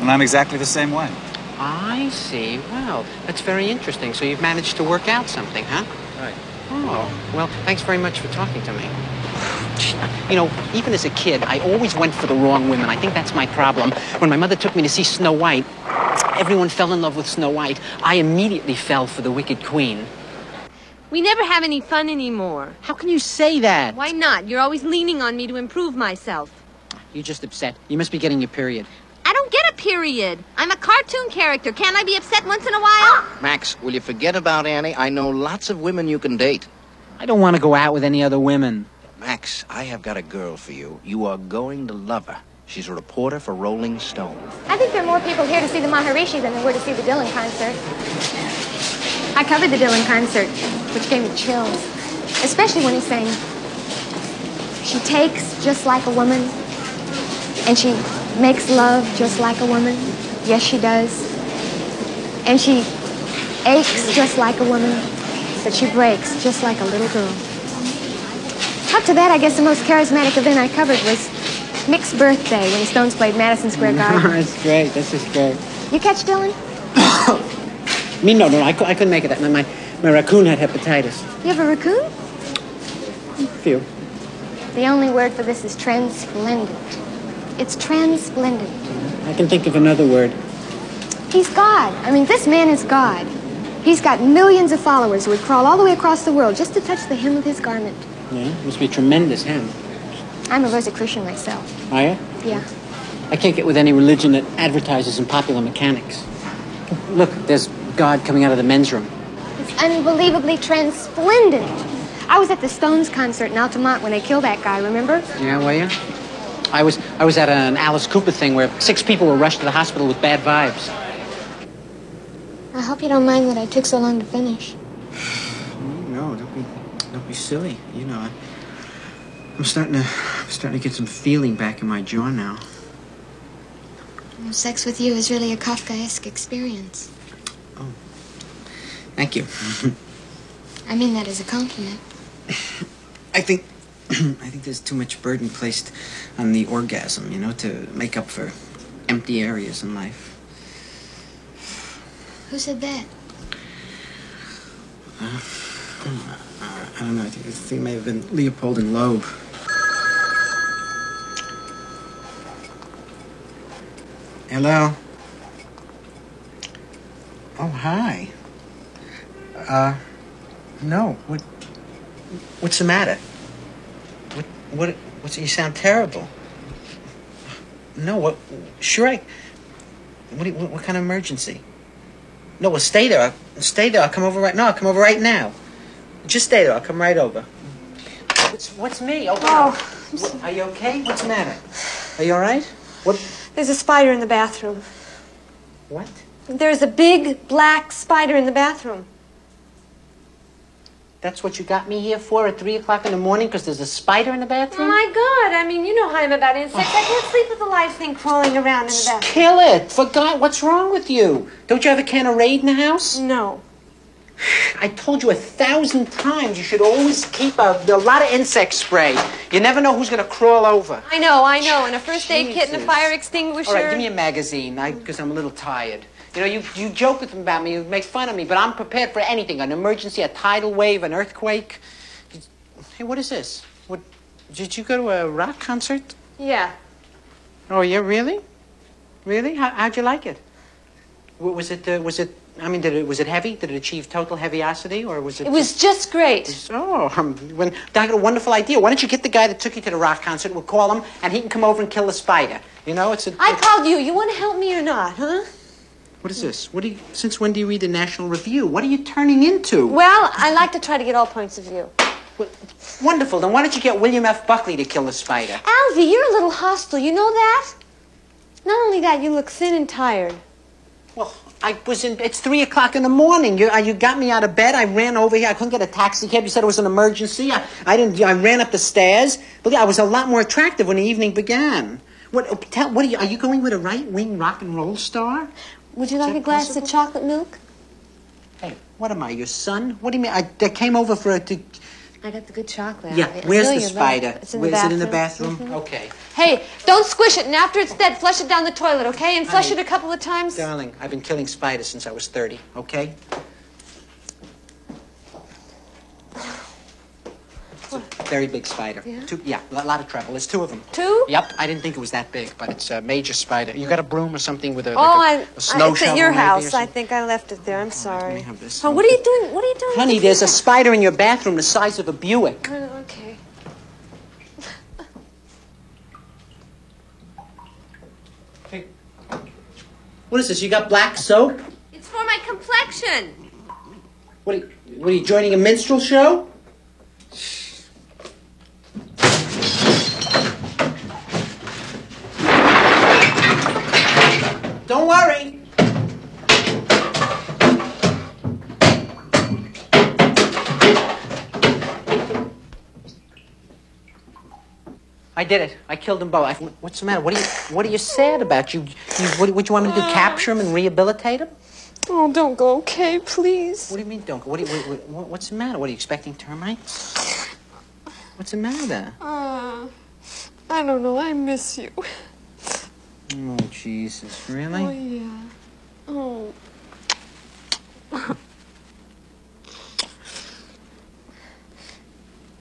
S3: And I'm exactly the same way.
S1: I see. Well, that's very interesting. So you've managed to work out something, huh?
S3: Right.
S1: Oh, well, thanks very much for talking to me. Gee, You know, even as a kid, I always went for the wrong women. I think that's my problem. When my mother took me to see Snow White, everyone fell in love with Snow White. I immediately fell for the Wicked Queen.
S5: We never have any fun anymore.
S1: How can you say that?
S5: Why not? You're always leaning on me to improve myself.
S1: You're just upset. You must be getting your period.
S5: I don't get a period. I'm a cartoon character. Can't I be upset once in a while?
S2: Max, will you forget about Annie? I know lots of women you can date.
S1: I don't want to go out with any other women.
S2: Max, I have got a girl for you. You are going to love her. She's a reporter for Rolling Stone.
S7: I think there are more people here to see the Maharishi than there were to see the Dylan concert. I covered the Dylan concert, which gave me chills, especially when he sang, She takes just like a woman, and she makes love just like a woman. Yes, she does. And she aches just like a woman, but she breaks just like a little girl. Up to that, I guess the most charismatic event I covered was Mick's birthday when the Stones played Madison Square Garden.
S1: that's great. This is great.
S7: You catch Dylan?
S1: Me, no, no, I, cou- I couldn't make it. That my, my my raccoon had hepatitis.
S7: You have a raccoon?
S1: Phew.
S7: The only word for this is transplendent. It's transplendent.
S1: I can think of another word.
S7: He's God. I mean, this man is God. He's got millions of followers who would crawl all the way across the world just to touch the hem of his garment.
S1: Yeah, must be tremendous, huh?
S7: I'm a Rosicrucian myself.
S1: Are you?
S7: Yeah.
S1: I can't get with any religion that advertises in popular mechanics. Look, there's God coming out of the men's room.
S7: It's unbelievably transplendent. I was at the Stones concert in Altamont when they killed that guy, remember?
S1: Yeah, were you? I was I was at an Alice Cooper thing where six people were rushed to the hospital with bad vibes.
S7: I hope you don't mind that I took so long to finish.
S38: No, don't be, don't be silly. You know, I, I'm starting to, I'm starting to get some feeling back in my jaw now.
S7: Sex with you is really a Kafkaesque experience.
S38: Thank you.
S7: I mean that as a compliment.
S38: I think, I think there's too much burden placed on the orgasm. You know, to make up for empty areas in life.
S7: Who said that?
S38: Uh, I don't know. I think, I think it may have been Leopold and Loeb. Hello.
S2: Oh, hi. Uh, no. What?
S38: What's the matter? What? What? What's? You sound terrible. No. What? Sure. I. What? do you- What, what kind of emergency? No. Well, stay there. I'll, stay there. I'll come over right. No. I'll come over right now. Just stay there. I'll come right over. What's What's me? Oh. What, are you okay? What's the matter? Are you all right? What?
S13: There's a spider in the bathroom.
S38: What?
S13: There's a big black spider in the bathroom.
S1: That's what you got me here for at 3 o'clock in the morning because there's a spider in the
S5: Oh
S1: bathroom?
S13: My God, I mean, you know how I'm about insects. I can't sleep with the live thing crawling around in the bathroom.
S1: Kill it! For God, what's wrong with you? Don't you have a can of Raid in the house?
S13: No.
S1: I told you a thousand times you should always keep a, a lot of insect spray. You never know who's gonna crawl over.
S13: I know, I know. And a first aid kit and a
S1: Jesus.
S13: fire extinguisher.
S1: All right, give me a magazine, because I'm a little tired. You know, you, you joke with them about me, you make fun of me, but I'm prepared for anything an emergency, a tidal wave, an earthquake. Hey, what is this? What, did you go to a rock concert?
S13: Yeah.
S1: Oh, yeah, really? Really? How, how'd you like it? W- Was it, uh, was it, I mean, did it, was it heavy? Did it achieve total heaviosity, or was it?
S13: It was just great.
S1: Oh, um, when, I got a wonderful idea. Why don't you get the guy that took you to the rock concert? We'll call him, and he can come over and kill the spider. You know, it's a.
S13: I called you. You want to help me or not, huh?
S1: What is this? What do you, since when do you read the National Review? What are you turning into?
S13: Well, I like to try to get all points of view.
S1: Wonderful. Then why don't you get William F. Buckley to kill the spider?
S13: Alvy, you're a little hostile. You know that? Not only that, you look thin and tired.
S1: Well, Oh, I was in. It's three o'clock in the morning. You, uh, you got me out of bed. I ran over here. I couldn't get a taxi cab. You said it was an emergency. I, I didn't. I ran up the stairs. But yeah, I was a lot more attractive when the evening began. What? uh, Tell, what are you? Are you going with a right-wing rock and roll star?
S13: Would you like
S1: that
S13: a glass
S1: possible?
S13: of chocolate milk?
S1: Hey, what am I? Your son? What do you mean? I, I came over for a. To,
S13: I got the good chocolate.
S1: yeah.
S13: Alvy. I
S1: Where's
S13: feel
S1: the
S13: you, love.
S1: spider?
S13: It's in the
S1: Where- is it in the
S13: bathroom. Mm-hmm.
S1: bathroom? Okay.
S13: Hey, don't squish it, and after it's dead, flush it down the toilet, okay? And flush
S1: Honey.
S13: it a couple of times.
S1: Darling, I've been killing spiders since I was 30, okay? It's a very big spider.
S13: Yeah?
S1: Two, yeah, a lot of trouble. There's two of them.
S13: Two?
S1: Yep, I didn't think it was that big, but it's a major spider. You got a broom or something with a,
S13: Oh, I,
S1: like a, a snow
S13: I, it's
S1: shovel
S13: at your
S1: maybe or
S13: house. I
S1: something?
S13: think I left it there. I'm sorry.
S1: have this.
S13: Oh, what are you doing? What are you doing?
S1: Honey, there's a spider in your bathroom the size of a Buick.
S13: Oh, Okay.
S1: What is this? You got black soap?
S39: It's for my complexion.
S1: What are you, what are you joining a minstrel show? Don't worry. I did it. I killed them both. I, what's the matter? What are you? What are you sad about? You? you what, what do you want me to do? Capture them and rehabilitate them?
S13: Oh, don't go, okay, please.
S1: What do you mean, don't? go? What, do you, what, what- what- what's the matter? What are you expecting termites? What's the matter?
S13: Uh, I don't know. I miss you.
S1: Oh Jesus! Really?
S13: Oh, yeah. Oh.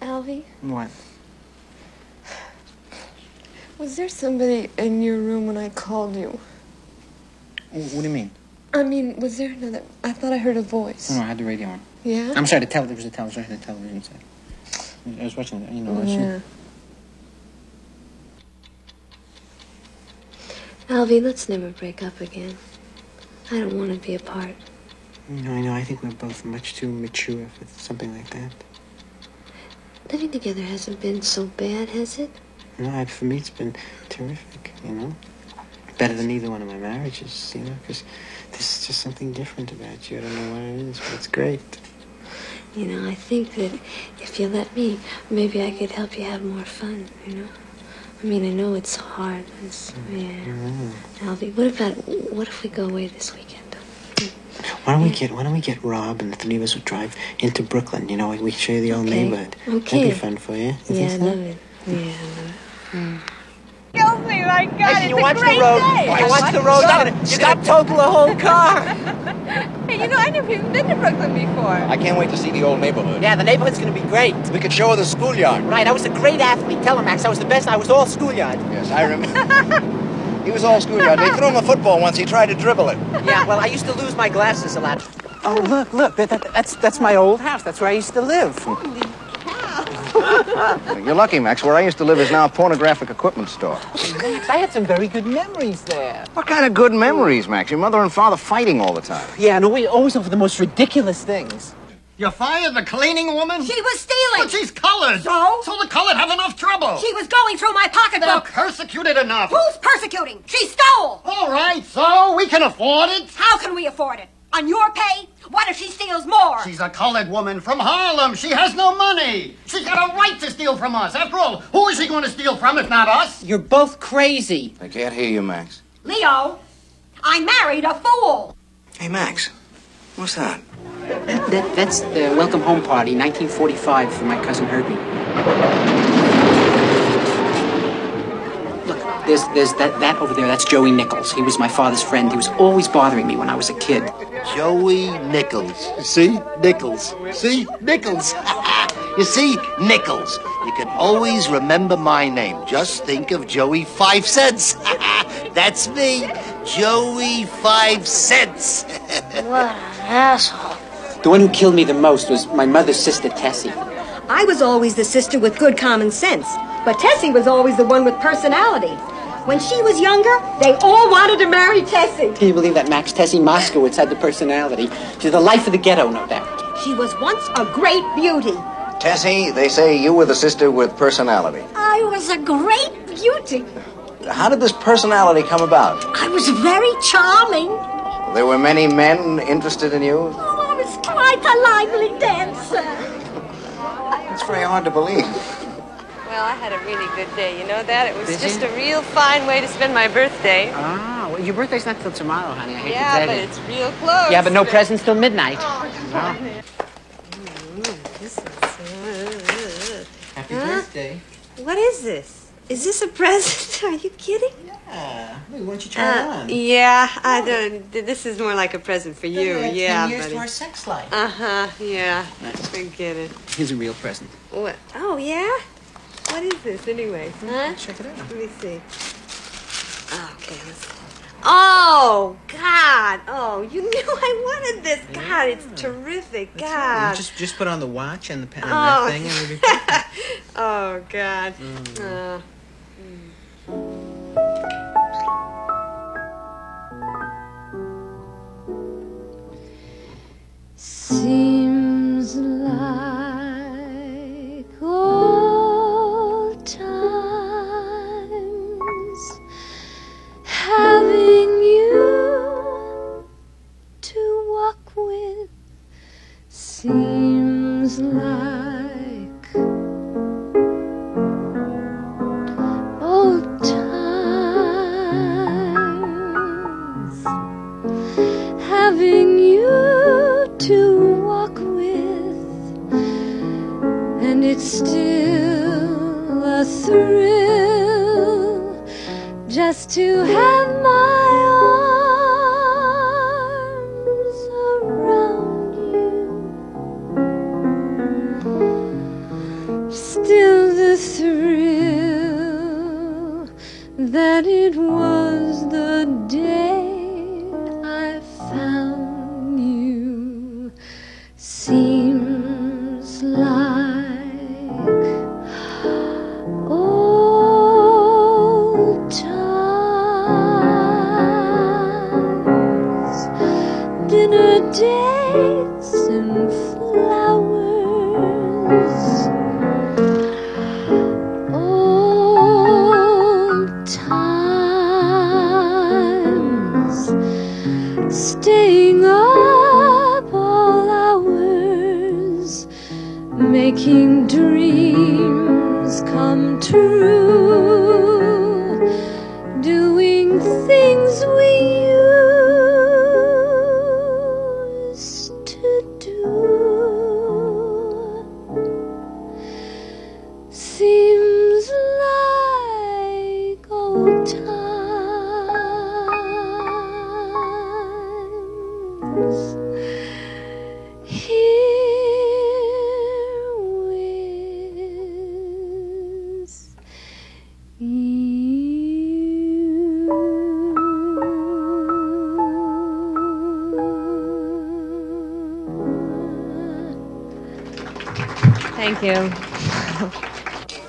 S13: Alvy,
S1: What?
S13: was there somebody in your room when I called you?
S1: What do you mean?
S13: I mean, was there another? I thought I heard a voice.
S1: No, I had the radio on.
S13: Yeah?
S1: Hmm. I'm sorry, the television was the television. I had the television set. I was watching, you know, I was-
S13: Yeah. Alvy, let's never break up again. I don't want to be apart.
S1: No, I know. I think we're both much too mature for something like that.
S12: Living together hasn't been so bad, has it?
S1: No, I, for me, it's been terrific. You know, better than either one of my marriages. You know, because there's just something different about you. I don't know what it is, but it's great.
S12: You know, I think that if you let me, maybe I could help you have more fun, you know? I mean, I know it's hard. It's, yeah. Alvy, what about, what if we go away this weekend?
S1: Why don't we get Why don't we get Rob and the three of us would drive into Brooklyn? You know, we could show you the old
S12: Okay.
S1: neighborhood.
S12: Okay.
S1: That'd be fun for you. You
S12: yeah,
S1: think
S12: I
S1: so?
S12: love it. Yeah, I love it.
S16: Kills me, my God.
S12: Hey, can you watch the road? Can you watch the road?
S16: Stop,
S12: I'm gonna-
S16: stop total the whole car.
S2: Hey, you know, I never even been to Brooklyn before.
S3: I can't wait to see the old neighborhood.
S1: Yeah, the neighborhood's gonna be great.
S3: We could show her the schoolyard.
S1: Right, I was a great athlete. Tell him, Max, I was the best. I was all schoolyard.
S3: Yes, I remember. he was all schoolyard. They threw him a football once. He tried to dribble it.
S1: yeah, well, I used to lose my glasses a lot. Oh, look, look. That, that, that's, that's my old house. That's where I used to live.
S3: You're lucky, Max. Where I used to live is now a pornographic equipment store.
S1: Max, I had some very good memories there.
S3: What kind of good memories, Max? Your mother and father fighting all the time.
S1: Yeah, and we always over the most ridiculous things.
S16: You fired the cleaning woman?
S2: She was stealing.
S16: But she's colored.
S2: So?
S16: So the colored have enough trouble.
S2: She was going through my
S16: They're
S2: pocketbook.
S16: persecuted enough.
S2: Who's persecuting? She stole.
S16: All right, so we can afford it.
S2: How can we afford it?
S37: On your pay? What if she steals more?
S4: She's a colored woman from Harlem. She has no money. She's got a right to steal from us. After all, who is she going to steal from if not us?
S38: You're both crazy.
S2: I can't hear you, Max.
S37: Leo, I married a fool.
S2: Hey, Max. What's that?
S1: That, that's the welcome home party, 1945, for my cousin Herbie. Look, there's, there's that, that over there. That's Joey Nichols. He was my father's friend. He was always bothering me when I was a kid.
S16: Joey Nichols. See? Nichols. See? Nichols. you see? Nichols. You can always remember my name. Just think of Joey Five Cents. That's me. Joey Five Cents.
S6: What an asshole.
S1: The one who killed me the most was my mother's sister, Tessie.
S37: I was always the sister with good common sense, but Tessie was always the one with personality. When she was younger, they all wanted to marry Tessie.
S1: Can you believe that Max Tessie Moskowitz had the personality? She's the life of the ghetto, no doubt.
S37: She was once a great beauty.
S2: Tessie, they say you were the sister with personality.
S37: I was a great beauty.
S2: How did this personality come about?
S37: I was very charming.
S2: There were many men interested in you.
S37: I was quite a lively dancer.
S2: It's very hard to believe.
S13: Well, I had a really good day. You know that? It was just a real fine way to spend my birthday.
S38: Ah, well, your birthday's not till tomorrow, honey. I hate
S13: yeah,
S38: to
S13: but
S38: tell you.
S13: it's real close. Oh,
S38: yeah, but no presents till midnight.
S13: Happy
S38: birthday.
S13: What is this? Is this a present? Are you kidding?
S38: Yeah. Why don't you try it
S13: Uh,
S38: on?
S13: yeah, I don't. th- This is more like a present for you.
S38: Doesn't add
S13: yeah,
S38: 10 years to
S13: buddy.
S38: our sex life.
S13: Uh huh. Yeah. Forget it.
S1: Here's a real present.
S13: What? Oh yeah. What is this anyway? Huh? Check it out. Let me see. Okay. Let's... Oh God! Oh, you knew I wanted this. God, it's terrific.
S38: You
S13: God.
S38: Just, just put on the watch and the pen and
S13: Ah. Oh.
S38: that thing, and we'll be
S13: oh God.
S38: Mm.
S13: Uh,
S12: Seems like old times having you to walk with seems like old times having you to walk with, and it's still a thrill just to have my arms around you. Still the thrill that it was the day I found you seems like old times, dinner dates and flowers, old times staying up all hours, making dreams come true, doing things we used to do. Seems like old times. Here with
S13: thank you.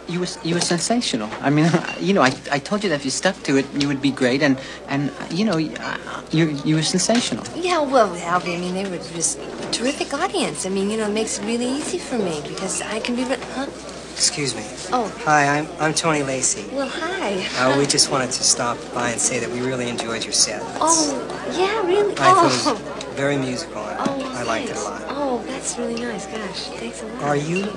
S1: You were, you were sensational. I mean, you know, I, I told you that if you stuck to it, you would be great, and, and you know, uh, you, you were sensational.
S17: Yeah, well, Albie, I mean, they were just a terrific audience. I mean, you know, it makes it really easy for me because I can be. Re- huh?
S26: Excuse me.
S17: Oh,
S26: Hi, I'm, I'm Tony Lacey.
S17: well, hi.
S26: Uh, we just wanted to stop by and say that we really enjoyed your set.
S17: Oh, yeah, really?
S26: I thought it
S17: oh,
S26: was Very musical. I, I liked it a lot.
S7: Oh, that's really nice. Gosh, thanks a lot.
S26: Are you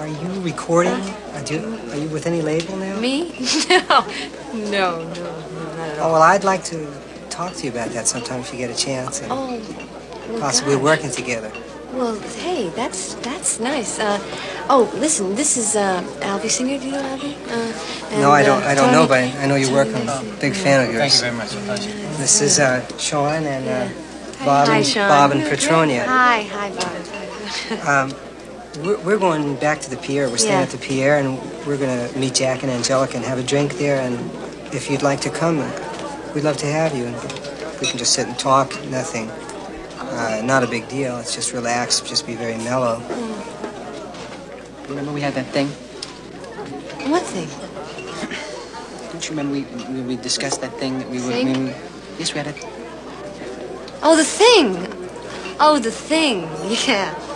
S26: are you recording? Uh, do, are you with any label now?
S7: Me?
S40: no, no, no, not at
S26: Oh well, I'd like to talk to you about that sometime if you get a chance, and
S7: Oh, well,
S26: possibly
S7: gosh.
S26: working together.
S7: Well, hey, that's that's nice. Uh, oh, listen, this is uh, Alvy Singer. Do you know Alvy? Uh, and,
S26: no, I don't.
S7: uh,
S26: I don't know, but
S7: Tony-
S26: I know you work. I'm a big fan of
S7: Thank
S26: yours.
S7: you very
S26: much. This is uh, Sean and uh, Bob
S7: Hi,
S26: and
S7: Sean.
S26: Bob and Petronia.
S7: Hi, hi, Bob.
S26: Um, we're, we're going back to the pier. We're staying
S7: Yeah.
S26: at the pier, and we're gonna meet Jack and Angelica and have a drink there. And if you'd like to come, we'd love to have you. And we can just sit and talk. Nothing. Uh, not a big deal. It's just relax. Just be very mellow.
S1: Remember we had that thing?
S7: What thing?
S1: Don't you remember we, we, we discussed that thing that we were...
S7: Thing?
S1: we- yes, we had it.
S7: Oh, the thing. Oh, the thing.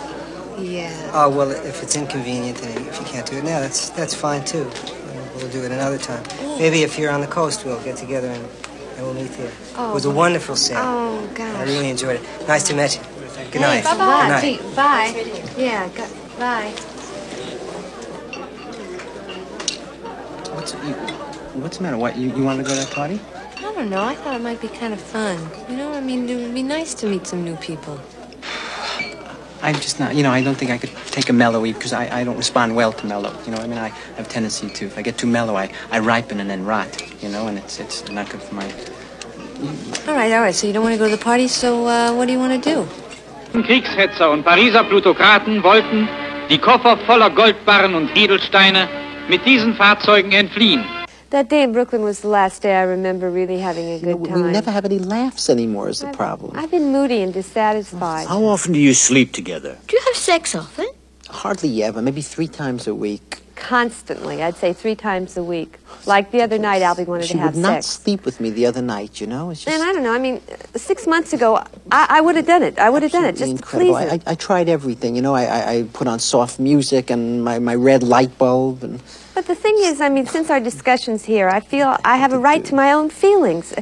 S7: Yeah, yeah.
S26: Oh, well, if it's inconvenient, then if you can't do it now, that's, that's fine too. And We'll do it another time. Maybe if you're on the coast, we'll get together and, and we'll meet there.
S7: Oh.
S26: It was a wonderful set.
S7: Oh,
S26: I
S7: gosh.
S26: really enjoyed it. Nice to meet you. Good night.
S7: Hey,
S26: Good
S7: bye-bye.
S26: night.
S7: Gee, Bye. Yeah, go- bye.
S1: What's, you, what's the matter? What, you, you want to go to that party?
S7: I don't know. I thought it might be kind of fun. You know, I mean, it would be nice to meet some new people.
S1: I'm just not, you know, I don't think I could take a mellow because I, I don't respond well to mellow. You know, I mean, I have a tendency to, if I get too mellow, I, I ripen and then rot, you know, and it's, it's not good for my.
S7: All right, all right. So you don't want to go to the party. So uh, what do you want to do?
S32: Kriegshetzer und Pariser Plutokraten wollten, die Koffer voller Goldbarren und Edelsteine, mit diesen Fahrzeugen entfliehen.
S13: That day in Brooklyn was the last day I remember really having a good
S1: We
S13: time.
S1: never have any laughs anymore, is the problem. Oh.
S13: I've been moody and dissatisfied.
S1: How often do you sleep together?
S13: Do you have sex often?
S1: Hardly ever, maybe three times a week.
S13: Constantly, I'd say three times a week. Like the other night, Albie wanted
S1: she
S13: to have
S1: would not
S13: sex.
S1: sleep with me the other night, you know? It's just
S13: And I don't know. I mean, uh, six months ago, I, I would have done it. I would have done it just to
S1: incredible.
S13: please
S1: I,
S13: him.
S1: I, I tried everything, you know? I, I, I put on soft music and my, my red light bulb and.
S13: But the thing is, I mean, since our discussions here, I feel I have a right to my own feelings.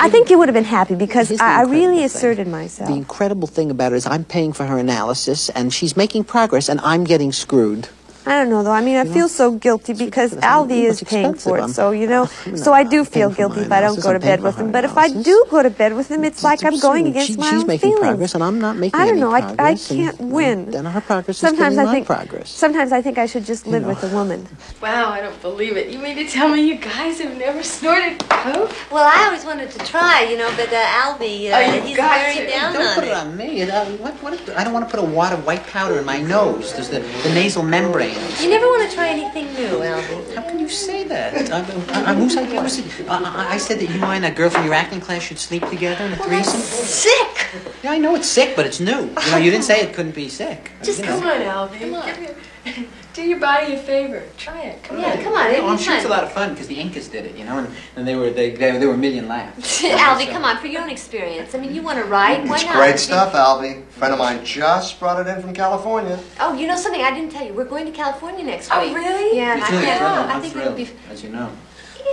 S13: I think you would have been happy because
S1: Here's the
S13: I, I
S1: incredible
S13: really
S1: thing.
S13: asserted myself.
S1: The incredible thing about it is I'm paying for her analysis and she's making progress and I'm getting screwed.
S13: I don't know, though. I mean, I feel so guilty because Alvy is paying for it.
S1: I'm-
S13: So, you know, so I do feel guilty if I don't
S1: analysis,
S13: go to
S1: I'm paying
S13: bed
S1: for
S13: with
S1: her
S13: him. But if I do go to bed with him, it's like I'm going
S1: absurd.
S13: against
S1: She-
S13: my
S1: she's
S13: own
S1: making
S13: feelings.
S1: progress and I'm not making
S13: I don't
S1: any
S13: know. I, I
S1: progress and-
S13: can't win.
S1: And her progress
S13: sometimes
S1: is getting
S13: I think
S1: my progress.
S13: sometimes I think I should just live
S1: know.
S13: with a woman.
S12: Wow, I don't believe it. You mean to tell me you guys have never snorted coke?
S7: Well, I always wanted to try, you know, but uh, Albie, uh,
S1: Oh, you've
S7: he's
S1: got
S7: very
S1: to.
S7: down
S1: Don't
S7: on
S1: put
S7: it.
S1: it on me. It, uh, what- what- I don't want to put a wad of white powder in my nose. There's the, the nasal membrane.
S7: You never want to try anything new, Albie.
S1: How can you say that? I, I, I, who's idea was it? I, I- I said that you and that girl from your acting class should sleep together in a threesome.
S7: sick.
S1: Yeah, I know it's sick, but it's new. You know, you didn't say it couldn't be sick.
S12: Just
S1: you know.
S12: come on, Alvy. Come on. Do your body a favor. Try it. Come on.
S1: Oh, I'm sure it's a lot of fun because the Incas did it, you know, and, and they were they, they, they were a million laughs.
S7: Albie, come on, for your own experience. I mean, you want to ride? Why
S11: It's
S7: not?
S11: great stuff, Albie. friend of mine just brought it in from California.
S7: Oh, you know something I didn't tell you. We're going to California next
S12: Oh,
S7: week.
S12: really?
S7: Yeah.
S1: It's
S7: I,
S1: really
S7: yeah,
S1: thrilled.
S7: I
S1: I'm
S7: think
S1: thrilled,
S7: it'll be.
S1: as you know.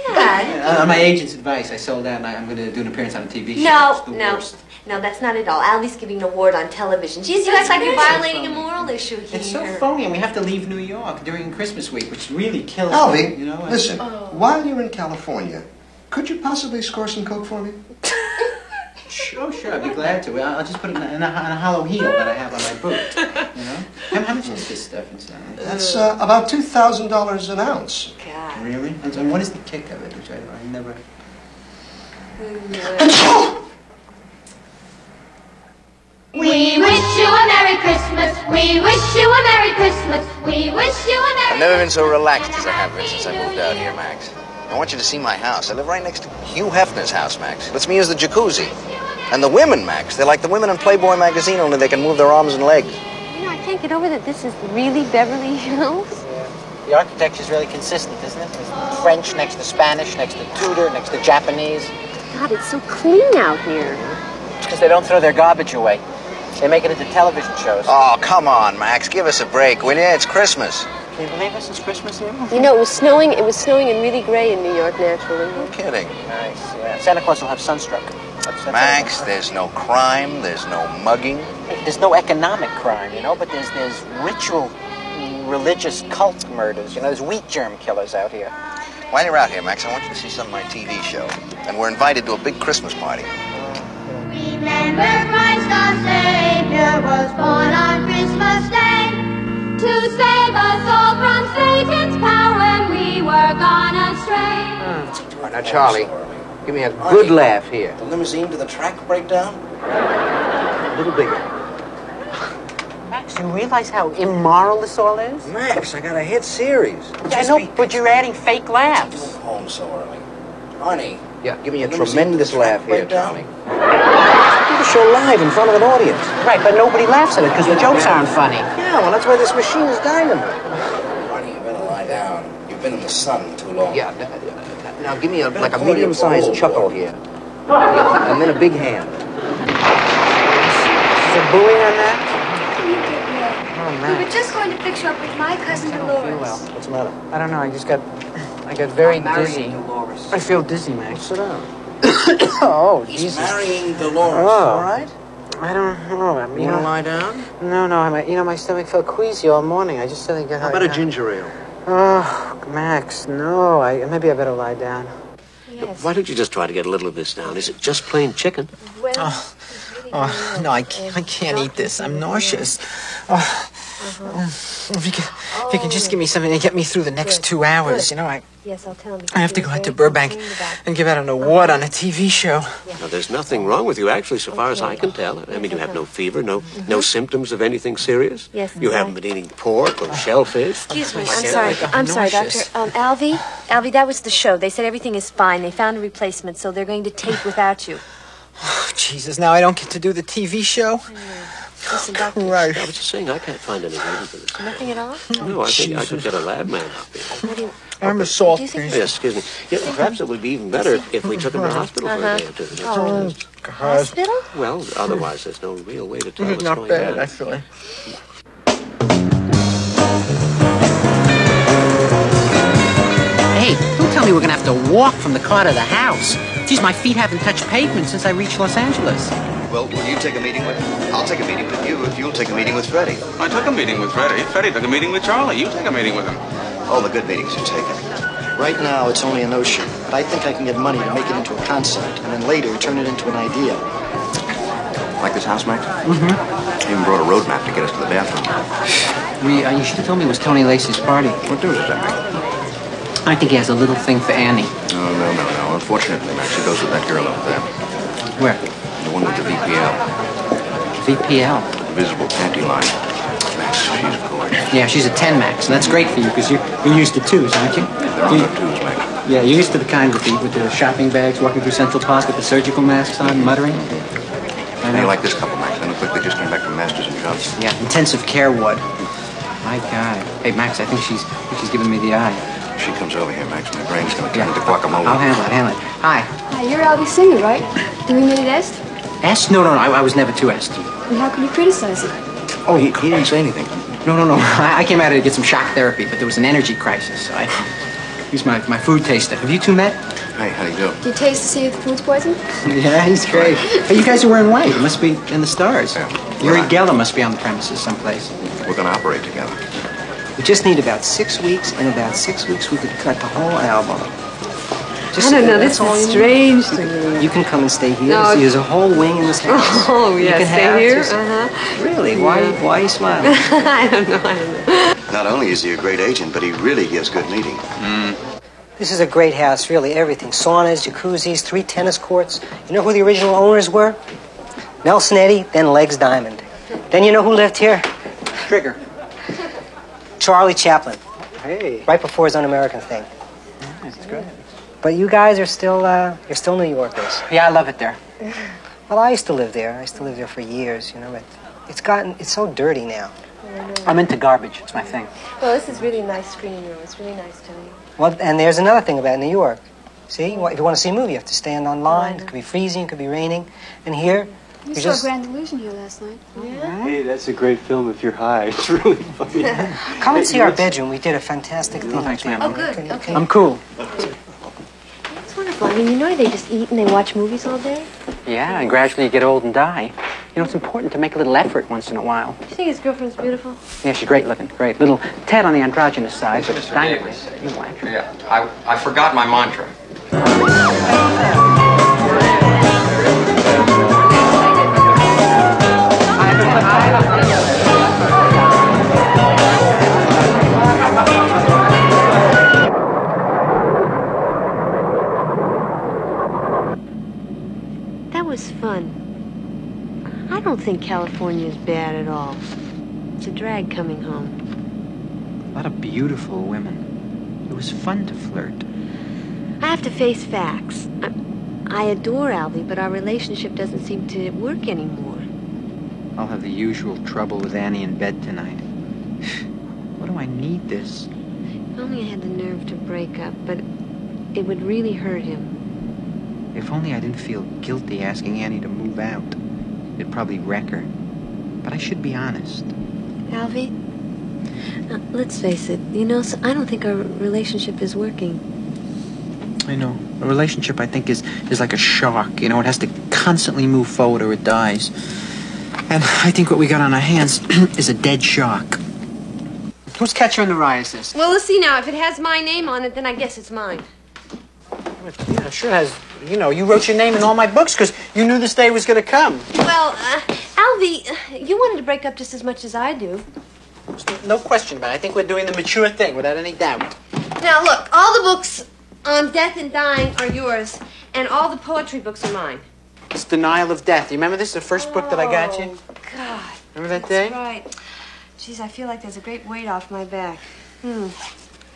S7: Yeah.
S1: Uh, on my agent's advice, I sold out and I, I'm going to do an appearance on a TV show.
S7: No,
S1: It's the
S7: no,
S1: worst.
S7: no, that's not at all. Albie's giving an award on television. Geez, you
S1: That's
S7: guys like you're
S1: crazy.
S7: violating a moral issue here.
S1: It's so phony, and we have to leave New York during Christmas week, which really kills me.
S11: Albie,
S1: You know, and-
S11: listen,
S7: Oh.
S11: while you're in California, could you possibly score some coke for me?
S1: Sure, Oh, sure, I'd be glad to. I'll I'll just put it in a, in a, in a hollow heel that I have on my boot. You know? How, how much is this stuff inside?
S11: That's uh, about $2,000 an ounce.
S1: Really? And, and what is the kick of it, which I, I never...
S4: We wish you a Merry Christmas. We wish you a Merry Christmas. We wish you a Merry
S3: I've never been so relaxed as I have been since I moved out here, Max. I want you to see my house. I live right next to Hugh Hefner's house, Max. Lets me use the jacuzzi. And the women, Max, they're like the women in Playboy magazine, only they can move their arms and legs.
S13: You know, I can't get over that this is really Beverly Hills.
S1: The architecture's really consistent, isn't it? There's French next to Spanish, next to Tudor, next to Japanese.
S13: God, it's so clean out here.
S1: Because they don't throw their garbage away. They make it into television shows.
S11: Oh, come on, Max. Give us a break, will you? It's Christmas.
S1: Can you believe us? It's Christmas here.
S13: You know, it was snowing. It was snowing and really gray in New York, naturally.
S11: Kidding.
S1: Nice, yeah. Santa Claus will have sunstruck.
S3: Max, there's no crime, there's no mugging.
S41: There's no economic crime, you know, but there's there's ritual, religious cult murders. You know, there's wheat germ killers out here.
S3: While you're out here, Max, I want you to see some of my TV show. And we're invited to a big Christmas party.
S12: Remember Christ our Savior was born on Christmas Day to save us all from Satan's power when we were gone astray.
S3: All
S11: right, now, Charlie, give me a good laugh here.
S3: The limousine to the track breakdown?
S11: A little bigger.
S41: Max, you realize how immoral this all is?
S11: Max, I got a hit series.
S41: Yeah, I know, but you're adding fake laughs.
S3: Home so early. Arnie.
S11: Yeah, give me a
S3: The limousine
S11: tremendous
S3: to the track
S11: laugh here,
S3: breakdown?
S11: Charlie.
S41: Do the show live in front of an audience. Right, but nobody laughs at it because the jokes aren't funny.
S11: Yeah, well, that's why this machine is dynamite.
S3: Arnie, you better lie down. You've been in the sun too long.
S11: Yeah, Now, give me a, like a medium-sized chuckle here, and then a big hand.
S41: Is there booing on that?
S13: We were just going to pick you up with my cousin Dolores.
S41: What's the matter? I don't know. I just got, I got very
S11: I'm marrying
S41: dizzy.
S11: Dolores.
S41: I feel dizzy, Max. sit down. oh,
S3: He's
S41: Jesus.
S3: marrying Dolores,
S41: Oh.
S3: all right?
S41: I don't know. I mean,
S11: You wanna lie
S41: down? No, no. I'm, you know, my stomach felt queasy all morning. I just didn't get.
S11: How about a ginger ale?
S41: Oh, Max, no. I maybe I better lie down.
S11: Why don't you just try to get a little of this down? Is it just plain chicken?
S1: Oh, oh no, I can't, I can't eat this. I'm nauseous. Oh, mm, if, you could, if you could just give me something to get me through the next two hours, you know, I,
S7: Yes, I'll tell him.
S1: I have to go out to Burbank and give out an award on a TV show.
S11: Now, there's nothing wrong with you, actually, so far as I can tell. I mean, you have no fever, no
S13: Mm-hmm.
S11: no symptoms of anything serious.
S7: Yes,
S11: You
S7: I-
S11: haven't been eating pork or shellfish.
S13: Excuse me,
S11: I
S13: I'm
S11: said
S13: sorry.
S11: I got
S13: I'm sorry, Doctor.
S11: nauseous.
S13: Um, Alvy, Alvy, that was the show. They said everything is fine. They found a replacement, so they're going to tape without you.
S1: Oh, Jesus, now I don't get to do the TV show?
S13: Mm, Listen, Doctor.
S1: Right.
S11: I was just saying, I can't find any reason for this.
S13: Nothing at all?
S11: No, I think I could get a lab man up here.
S13: What do you,
S1: I'm a salt
S11: Yes, excuse me. Yeah, perhaps it would be even better if we took him to the hospital for
S13: Uh-huh.
S11: a day or two. That's
S13: Oh,
S11: all.
S13: well, hospital?
S11: Well, otherwise, there's no real way to tell what's
S1: Uh-huh. Not
S11: going
S1: bad,
S11: on.
S1: actually.
S42: Hey, don't tell me we're gonna have to walk from the car to the house. Geez, my feet haven't touched pavement since I reached Los Angeles.
S3: Well, will you take a meeting with I'll take a meeting with you if you'll take a meeting with Freddie.
S43: I took a meeting with Freddie. Freddie took a meeting with Charlie. You take a meeting with him.
S3: All the good meetings are taken.
S14: Right now, it's only a notion, but I think I can get money to make it into a concept, and then later turn it into an idea.
S3: Like this house, Max? Mm-hmm. Even brought a road map to get us to the bathroom.
S1: We, uh, you should have told me it was Tony Lacey's party. What
S3: do does that
S1: mean? I think he has a little thing for Annie.
S3: No, no, no, no. Unfortunately, Max, it goes with that girl up there.
S1: Where?
S3: The one with the VPL.
S1: VPL.
S3: The visible panty line. Max, she's gorgeous.
S1: Yeah, she's a 10 max, and that's great for you because you, you're used to twos, aren't you?
S3: They're on
S1: You-
S3: the twos, Max.
S1: Yeah, you're used to the kind with the, with the shopping bags walking through Central Park with the surgical masks on, muttering. I
S3: How do you like this couple, Max? They look like they just came back from Masters and Johnson.
S1: Yeah, intensive care ward. My God. Hey, Max, I think she's I think she's giving me the eye.
S3: She comes over here, Max. My brain's gonna turn into guacamole.
S1: I'll handle it, handle it. Hi.
S7: Hi, you're Alvy Singer, right? Do we need an est?
S1: Asked? No, no, no. I, I was never too asked.
S7: And how can you criticize it?
S1: Oh, he, he didn't say anything. No, no, no. I, I came out here to get some shock therapy, but there was an energy crisis, so I. He's my, my food taster. Have you two met?
S3: Hey, how you doing?
S7: Do you taste to see if the food's poisoned?
S1: Yeah, he's great. Hey, you guys are wearing white. It must be in the stars. Yuri Geller must be on the premises someplace.
S3: We're gonna operate together.
S1: We just need about six weeks. In about six weeks, we could cut the whole album.
S7: I don't know. This is strange to me.
S1: You can come and stay here.
S7: No.
S1: See, there's a whole wing in this house.
S7: Oh,
S1: You
S7: yeah,
S1: can
S7: stay
S1: have
S7: here.
S1: just-
S7: Uh huh.
S1: Really? Why? Why are you smiling?
S7: I don't know. I don't know.
S3: Not only is he a great agent, but he really gives good meeting.
S1: Mm.
S26: This is a great house, really. Everything saunas, jacuzzis, three tennis courts. You know who the original owners were? Nelson Eddy, then Legs Diamond. Then you know who lived here?
S1: Trigger.
S26: Charlie Chaplin.
S1: Hey.
S26: Right before his un American thing.
S1: That's good.
S26: But you guys are still, uh, you're still New Yorkers.
S1: Yeah, I love it there.
S26: Well, I used to live there. I used to live there for years, you know, but it's gotten, it's so dirty now.
S1: I'm into garbage. It's my thing.
S44: Well, this is really nice screening room. It's really nice, Tony.
S26: Well, and there's another thing about New York. See, you want- if you want to see a movie, you have to stand on line. It could be freezing, it could be raining. And here,
S7: You
S26: you
S7: saw
S26: just
S7: Grand Illusion here last night. Yeah.
S45: Hey, that's a great film if you're high. It's really funny.
S26: come and see our bedroom. We did a fantastic thing.
S1: Thanks,
S26: ma'am.
S13: Oh, good. Okay.
S1: cool.
S13: It's wonderful. I mean, you know, they just eat and they watch movies all day.
S1: Yeah, and gradually you get old and die. You know, it's important to make a little effort once in a while.
S6: You think his girlfriend's beautiful?
S1: Yeah, she's great looking, great. Little tad on the androgynous side, but
S2: Mr.
S1: dynamite.
S2: Davis.
S1: You watch.
S2: Yeah, I, I forgot my mantra.
S6: That was fun. I don't think California is bad at all. It's a drag coming home.
S14: A lot of beautiful women. It was fun to flirt.
S6: I have to face facts. I, I adore Alvy, but our relationship doesn't seem to work anymore.
S14: I'll have the usual trouble with Annie in bed tonight. what do I need this?
S6: If only I had the nerve to break up, but it would really hurt him.
S14: If only I didn't feel guilty asking Annie to move out. It'd probably wreck her. But I should be honest.
S6: Alvy? Uh, let's face it, you know, so I don't think our relationship is working.
S14: I know. A relationship, I think, is, is like a shark. You know, it has to constantly move forward or it dies. And I think what we got on our hands is a dead shark. Who's Catcher in the Rye is this?
S13: Well, let's see now. If it has my name on it, then I guess it's mine.
S14: Yeah, sure has. You know, you wrote your name in all my books because you knew this day was going to come.
S6: Well, uh, Alvy, uh, you wanted to break up just as much as I do.
S14: No question about it. I think we're doing the mature thing without any doubt.
S13: Now, look, all the books on death and dying are yours, and all the poetry books are mine.
S1: It's Denial of Death. You remember this? The first book that I got you?
S13: Oh, God.
S1: Remember that
S13: That's
S1: day?
S13: right. Geez, I feel like there's a great weight off my back. Hmm.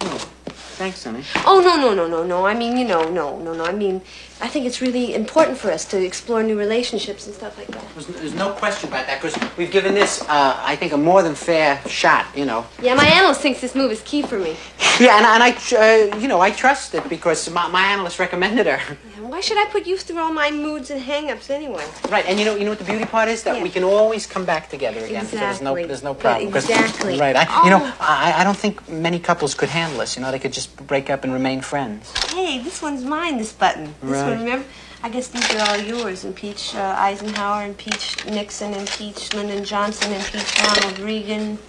S1: Thanks, honey.
S13: Oh, no, no, no, no, no. I mean, you know, no, no, no. I mean, I think it's really important for us to explore new relationships and stuff like that.
S1: There's, there's no question about that because we've given this, uh, I think, a more than fair shot, you know.
S13: Yeah, my analyst thinks this move is key for me.
S1: Yeah, and, and I, tr- uh, you know, I trust it because my, my analyst recommended her.
S13: And why should I put you through all my moods and hang-ups anyway?
S1: Right, and you know, you know what the beauty part is that we can always come back together again. So there's no,
S13: Exactly.
S1: there's no
S13: But
S1: problem. 'cause-
S13: exactly.
S1: Right. I, You know,
S13: Oh.
S1: I, I don't think many couples could handle this. You know, they could just break up and remain friends.
S13: Hey, this one's mine, this button. This
S1: Right.
S13: one, remember? I guess these are all yours. Impeach uh, Eisenhower, impeach Nixon, impeach Lyndon Johnson, impeach Ronald Reagan.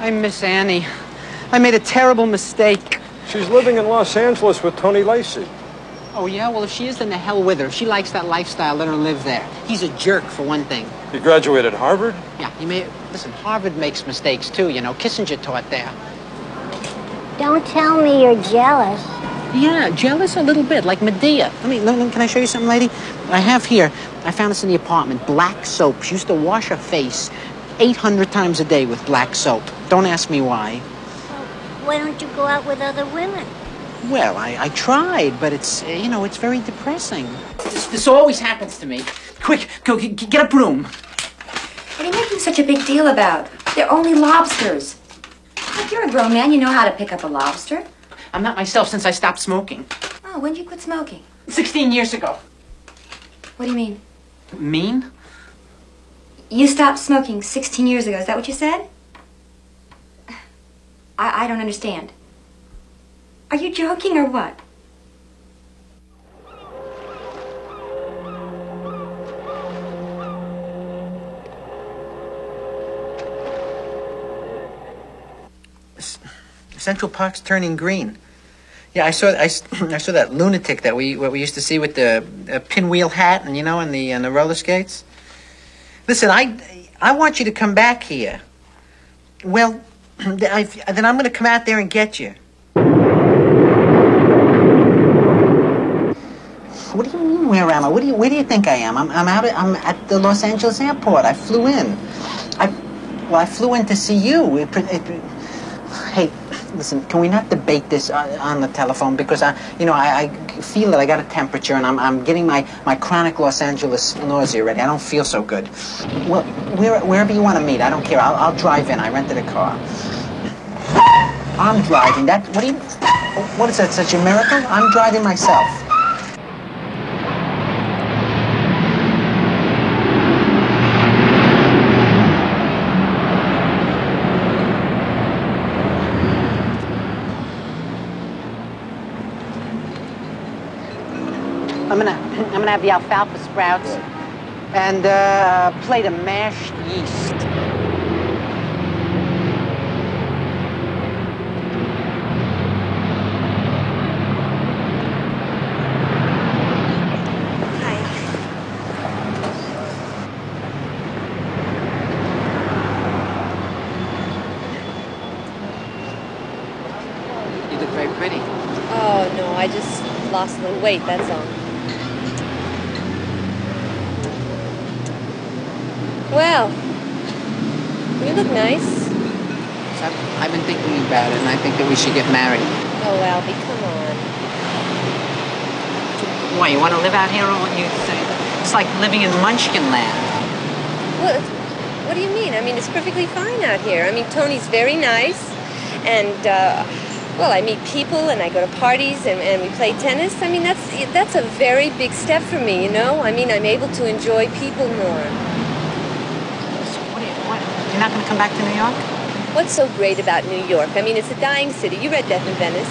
S1: I miss Annie. I made a terrible mistake.
S5: She's living in Los Angeles with Tony Lacey.
S1: Oh yeah. Well, if she is, then the hell with her. If she likes that lifestyle, let her live there. He's a jerk for one thing.
S5: He graduated Harvard.
S1: Yeah. You may listen. Harvard makes mistakes too. You know, Kissinger taught there.
S4: Don't tell me you're jealous.
S1: Yeah, jealous a little bit, like Medea. Let me, let me- can I show you something, lady? I have here, I found this in the apartment, black soap. She used to wash her face 800 times a day with black soap. Don't ask me why.
S4: Why don't you go out with other women?
S1: Well, I, I tried, but it's, uh, you know, it's very depressing. This, this always happens to me. Quick, go g- g- get a broom.
S4: What are you making such a big deal about? They're only lobsters. Look, you're a grown man. You know how to pick up a lobster.
S1: I'm not myself since I stopped smoking.
S4: Oh, when did you quit smoking?
S1: 16 years ago.
S4: What do you mean?
S1: Mean?
S4: You stopped smoking 16 years ago. Is that what you said? I, I don't understand. Are you joking or what?
S14: Central Park's turning green. Yeah, I saw I, s- I saw that lunatic that we what we used to see with the uh, pinwheel hat and you know and the and the roller skates. Listen, I I want you to come back here. Well, then I, then I'm going to come out there and get you. What do you mean where am I? What do you where do you think I am? I'm I'm out at, I'm at the Los Angeles airport. I flew in. I well I flew in to see you. It, pre- it, it, Hey, listen, can we not debate this on, on the telephone? Because I, you know, I, I feel that I got a temperature and I'm, I'm getting my, my chronic Los Angeles nausea already. I don't feel so good. Well, where, wherever you want to meet, I don't care. I'll, I'll drive in. I rented a car. I'm driving. That what do you? What is that? Such a miracle? I'm driving myself. I'm gonna, I'm gonna have the alfalfa sprouts and uh, a plate of mashed yeast.
S1: You look very pretty.
S13: Oh, no, I just lost a little weight, that's all. Well, you look nice.
S1: So I've, I've been thinking about it, and I think that we should get married.
S13: Oh, Albie, come on.
S1: Why, you want to live out here all you say? It's like living in Munchkin land.
S13: What, what do you mean? I mean, it's perfectly fine out here. I mean, Tony's very nice, and, uh, well, I meet people, and I go to parties, and, and we play tennis. I mean, that's, that's a very big step for me, you know? I mean, I'm able to enjoy people more.
S1: You're not going to come back to New York?
S13: What's so great about New York? I mean, it's a dying city. You read Death in Venice.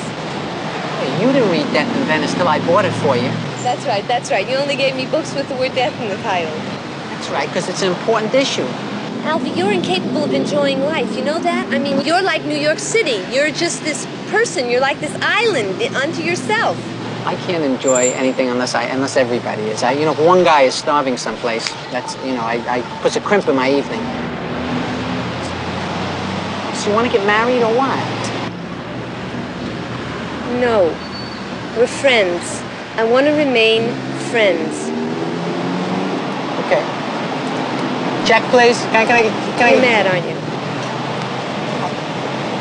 S1: Hey, you didn't read Death in Venice till I bought it for you.
S13: That's right, that's right. You only gave me books with the word death in the title.
S1: That's right, because it's an important issue.
S13: Alfie, you're incapable of enjoying life. You know that? I mean, you're like New York City. You're just this person. You're like this island unto yourself.
S1: I can't enjoy anything unless I unless everybody is. I, you know, if one guy is starving someplace, that's you know, I, I puts a crimp in my evening. So you want to get married or what?
S13: No. We're friends. I want to remain friends.
S1: Okay. Check, please. Can I? Can I? Can
S13: You're
S1: I?
S13: mad, aren't you?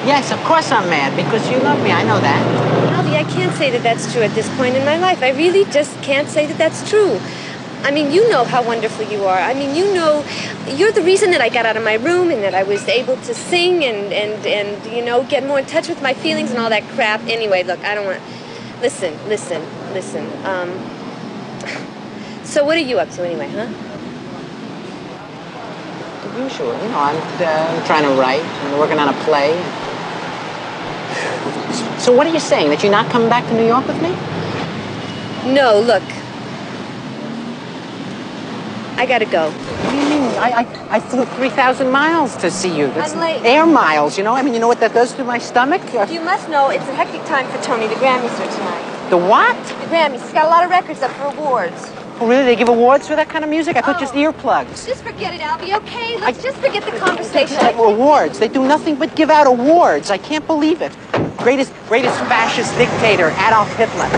S1: Yes, of course I'm mad because you love me. I know that.
S13: Alfie, I can't say that that's true at this point in my life. I really just can't say that that's true. I mean, you know how wonderful you are. I mean, you know, you're the reason that I got out of my room and that I was able to sing and, and, and you know, get more in touch with my feelings and all that crap. Anyway, look, I don't want. Listen, listen, listen. Um, so, what are you up to anyway, huh?
S1: The usual. You know, I'm uh, trying to write. I'm working on a play. So what are you saying? That you're not coming back to New York with me?
S13: No, look. I gotta go.
S1: What do you mean? I, I, I flew 3,000 miles to see you. That's
S13: I'm late.
S1: Air miles, you know? I mean, you know what that does to my stomach? Uh,
S13: You must know it's a hectic time for Tony. The Grammys are tonight.
S1: The what?
S13: The Grammys. He's got a lot of records up for awards.
S1: Oh, really? They give awards for that kind of music? I thought
S13: Oh.
S1: just earplugs.
S13: Just forget it, Albie, okay? Let's just forget the
S1: They
S13: conversation.
S1: give out awards. They do nothing but give out awards. I can't believe it. Greatest, greatest fascist dictator, Adolf Hitler.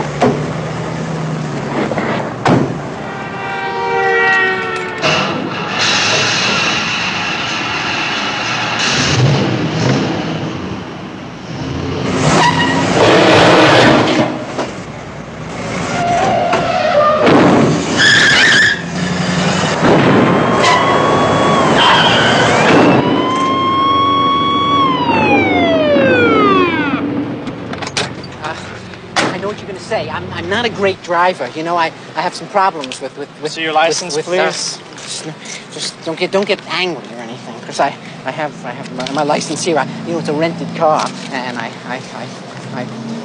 S1: I know what you're going to say. I'm, I'm not a great driver. You know, I, I have some problems with with. with
S38: See your license, please?
S1: uh, just, just don't get don't get angry or anything, because I, I have I have my, my license here. I, you know, it's a rented car, and I I I, I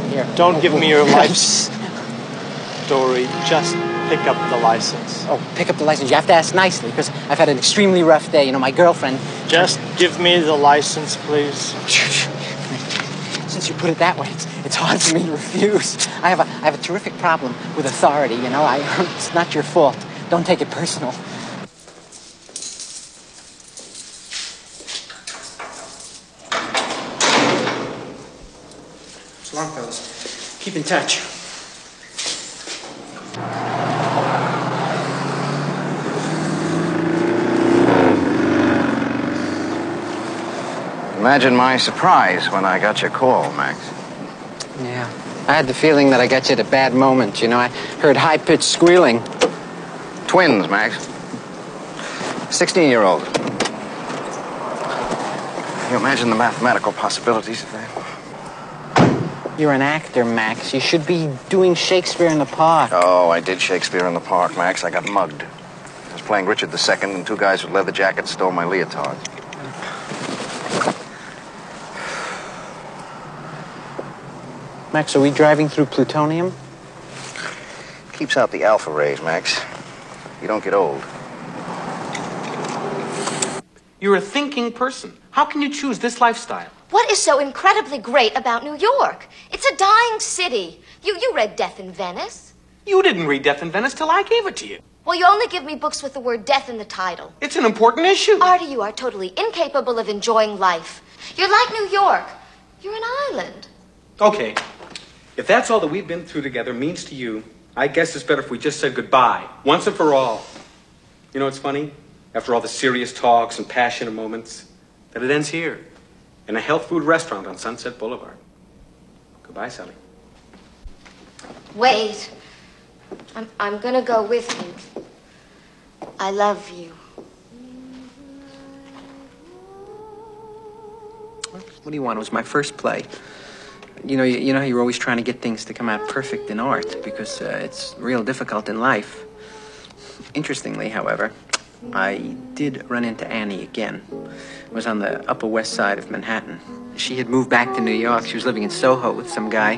S1: here.
S38: Don't give me your life story. Just pick up the license.
S1: Oh, pick up the license. You have to ask nicely because I've had an extremely rough day. You know, my girlfriend.
S38: Just give me the license, please.
S1: Since you put it that way, it's, it's hard for me to refuse. I have a I have a terrific problem with authority. You know, I it's not your fault. Don't take it personal.
S26: So long, fellas.
S1: Keep in touch.
S3: Imagine my surprise when I got your call, Max.
S1: Yeah. I had the feeling that I got you at a bad moment. You know, I heard high pitched squealing.
S3: Twins, Max. 16 year old. Can you imagine the mathematical possibilities of that?
S1: You're an actor, Max. You should be doing Shakespeare in the Park.
S3: Oh, I did Shakespeare in the Park, Max. I got mugged. I was playing Richard II, and two guys with leather jackets stole my leotard.
S1: Max, are we driving through plutonium?
S3: keeps out the alpha rays, Max. You don't get old.
S45: You're a thinking person. How can you choose this lifestyle?
S6: What is so incredibly great about New York? It's a dying city. You, you read Death in Venice.
S45: You didn't read Death in Venice till I gave it to you.
S6: Well, you only give me books with the word death in the title.
S45: It's an important issue.
S6: Artie, you are totally incapable of enjoying life. You're like New York. You're an island.
S45: Okay. If that's all that we've been through together means to you, I guess it's better if we just said goodbye, once and for all. You know what's funny? After all the serious talks and passionate moments, that it ends here, in a health food restaurant on Sunset Boulevard. Goodbye, Sally.
S6: Wait. I'm, I'm gonna go with you. I love you.
S1: What do you want? It was my first play. You know, you, you know how you're always trying to get things to come out perfect in art because uh, it's real difficult in life. Interestingly, however, I did run into Annie again. It was on the Upper West Side of Manhattan. She had moved back to New York. She was living in Soho with some guy.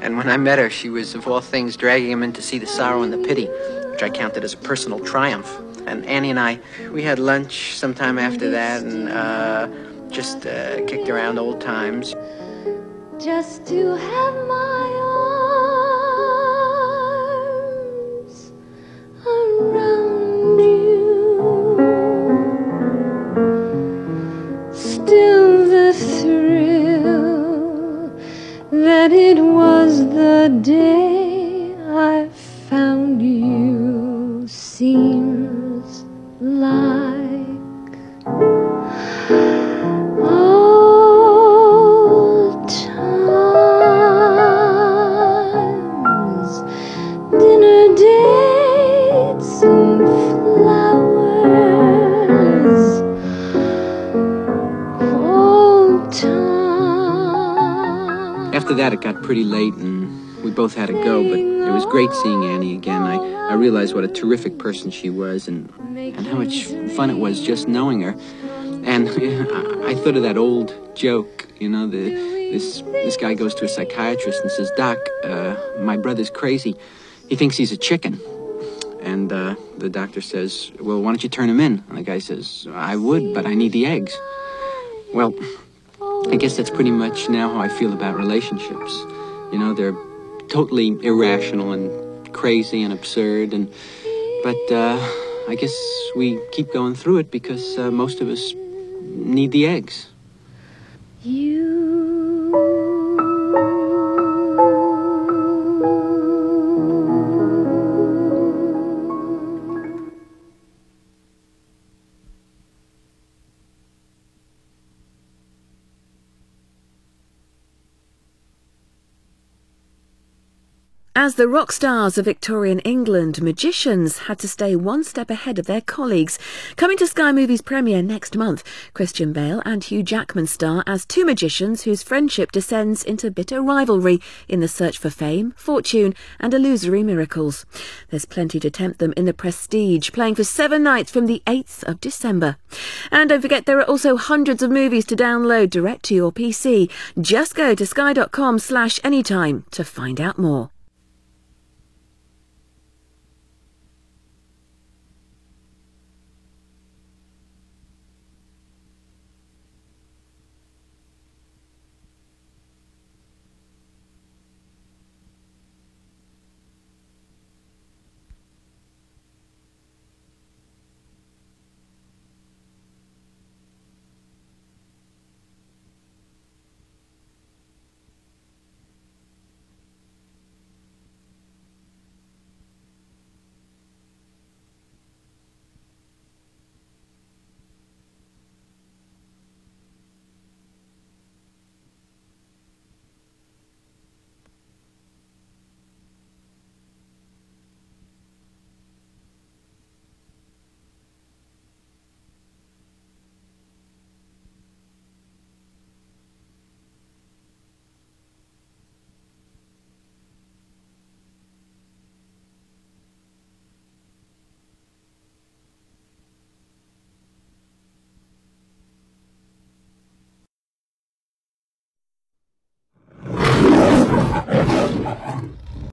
S1: And when I met her, she was, of all things, dragging him in to see the sorrow and the pity, which I counted as a personal triumph. And Annie and I, we had lunch sometime after that and uh, just uh, kicked around old times.
S12: Just to have my arms around you. Still the thrill that it was the day I found you seems like. old times, dinner dates and flowers, old times.
S1: After that, it got pretty late and we both had to go, but it was great seeing Annie again. I, I realized what a terrific person she was and, and how much fun it was just knowing her. And I, I thought of that old joke, you know, the, this, this guy goes to a psychiatrist and says, Doc, uh, my brother's crazy. He thinks he's a chicken. And uh, the doctor says, Well, why don't you turn him in? And the guy says, I would, but I need the eggs. Well, I guess that's pretty much now how I feel about relationships. You know, they're totally irrational and crazy and absurd, and but uh, I guess we keep going through it because uh, most of us need the eggs.
S46: As the rock stars of Victorian England, magicians had to stay one step ahead of their colleagues. Coming to Sky Movies premiere next month, Christian Bale and Hugh Jackman star as two magicians whose friendship descends into bitter rivalry in the search for fame, fortune, and illusory miracles. There's plenty to tempt them in the prestige, playing for seven nights from the 8th of December. And don't forget, there are also hundreds of movies to download direct to your PC. Just go to sky.com slash anytime to find out more.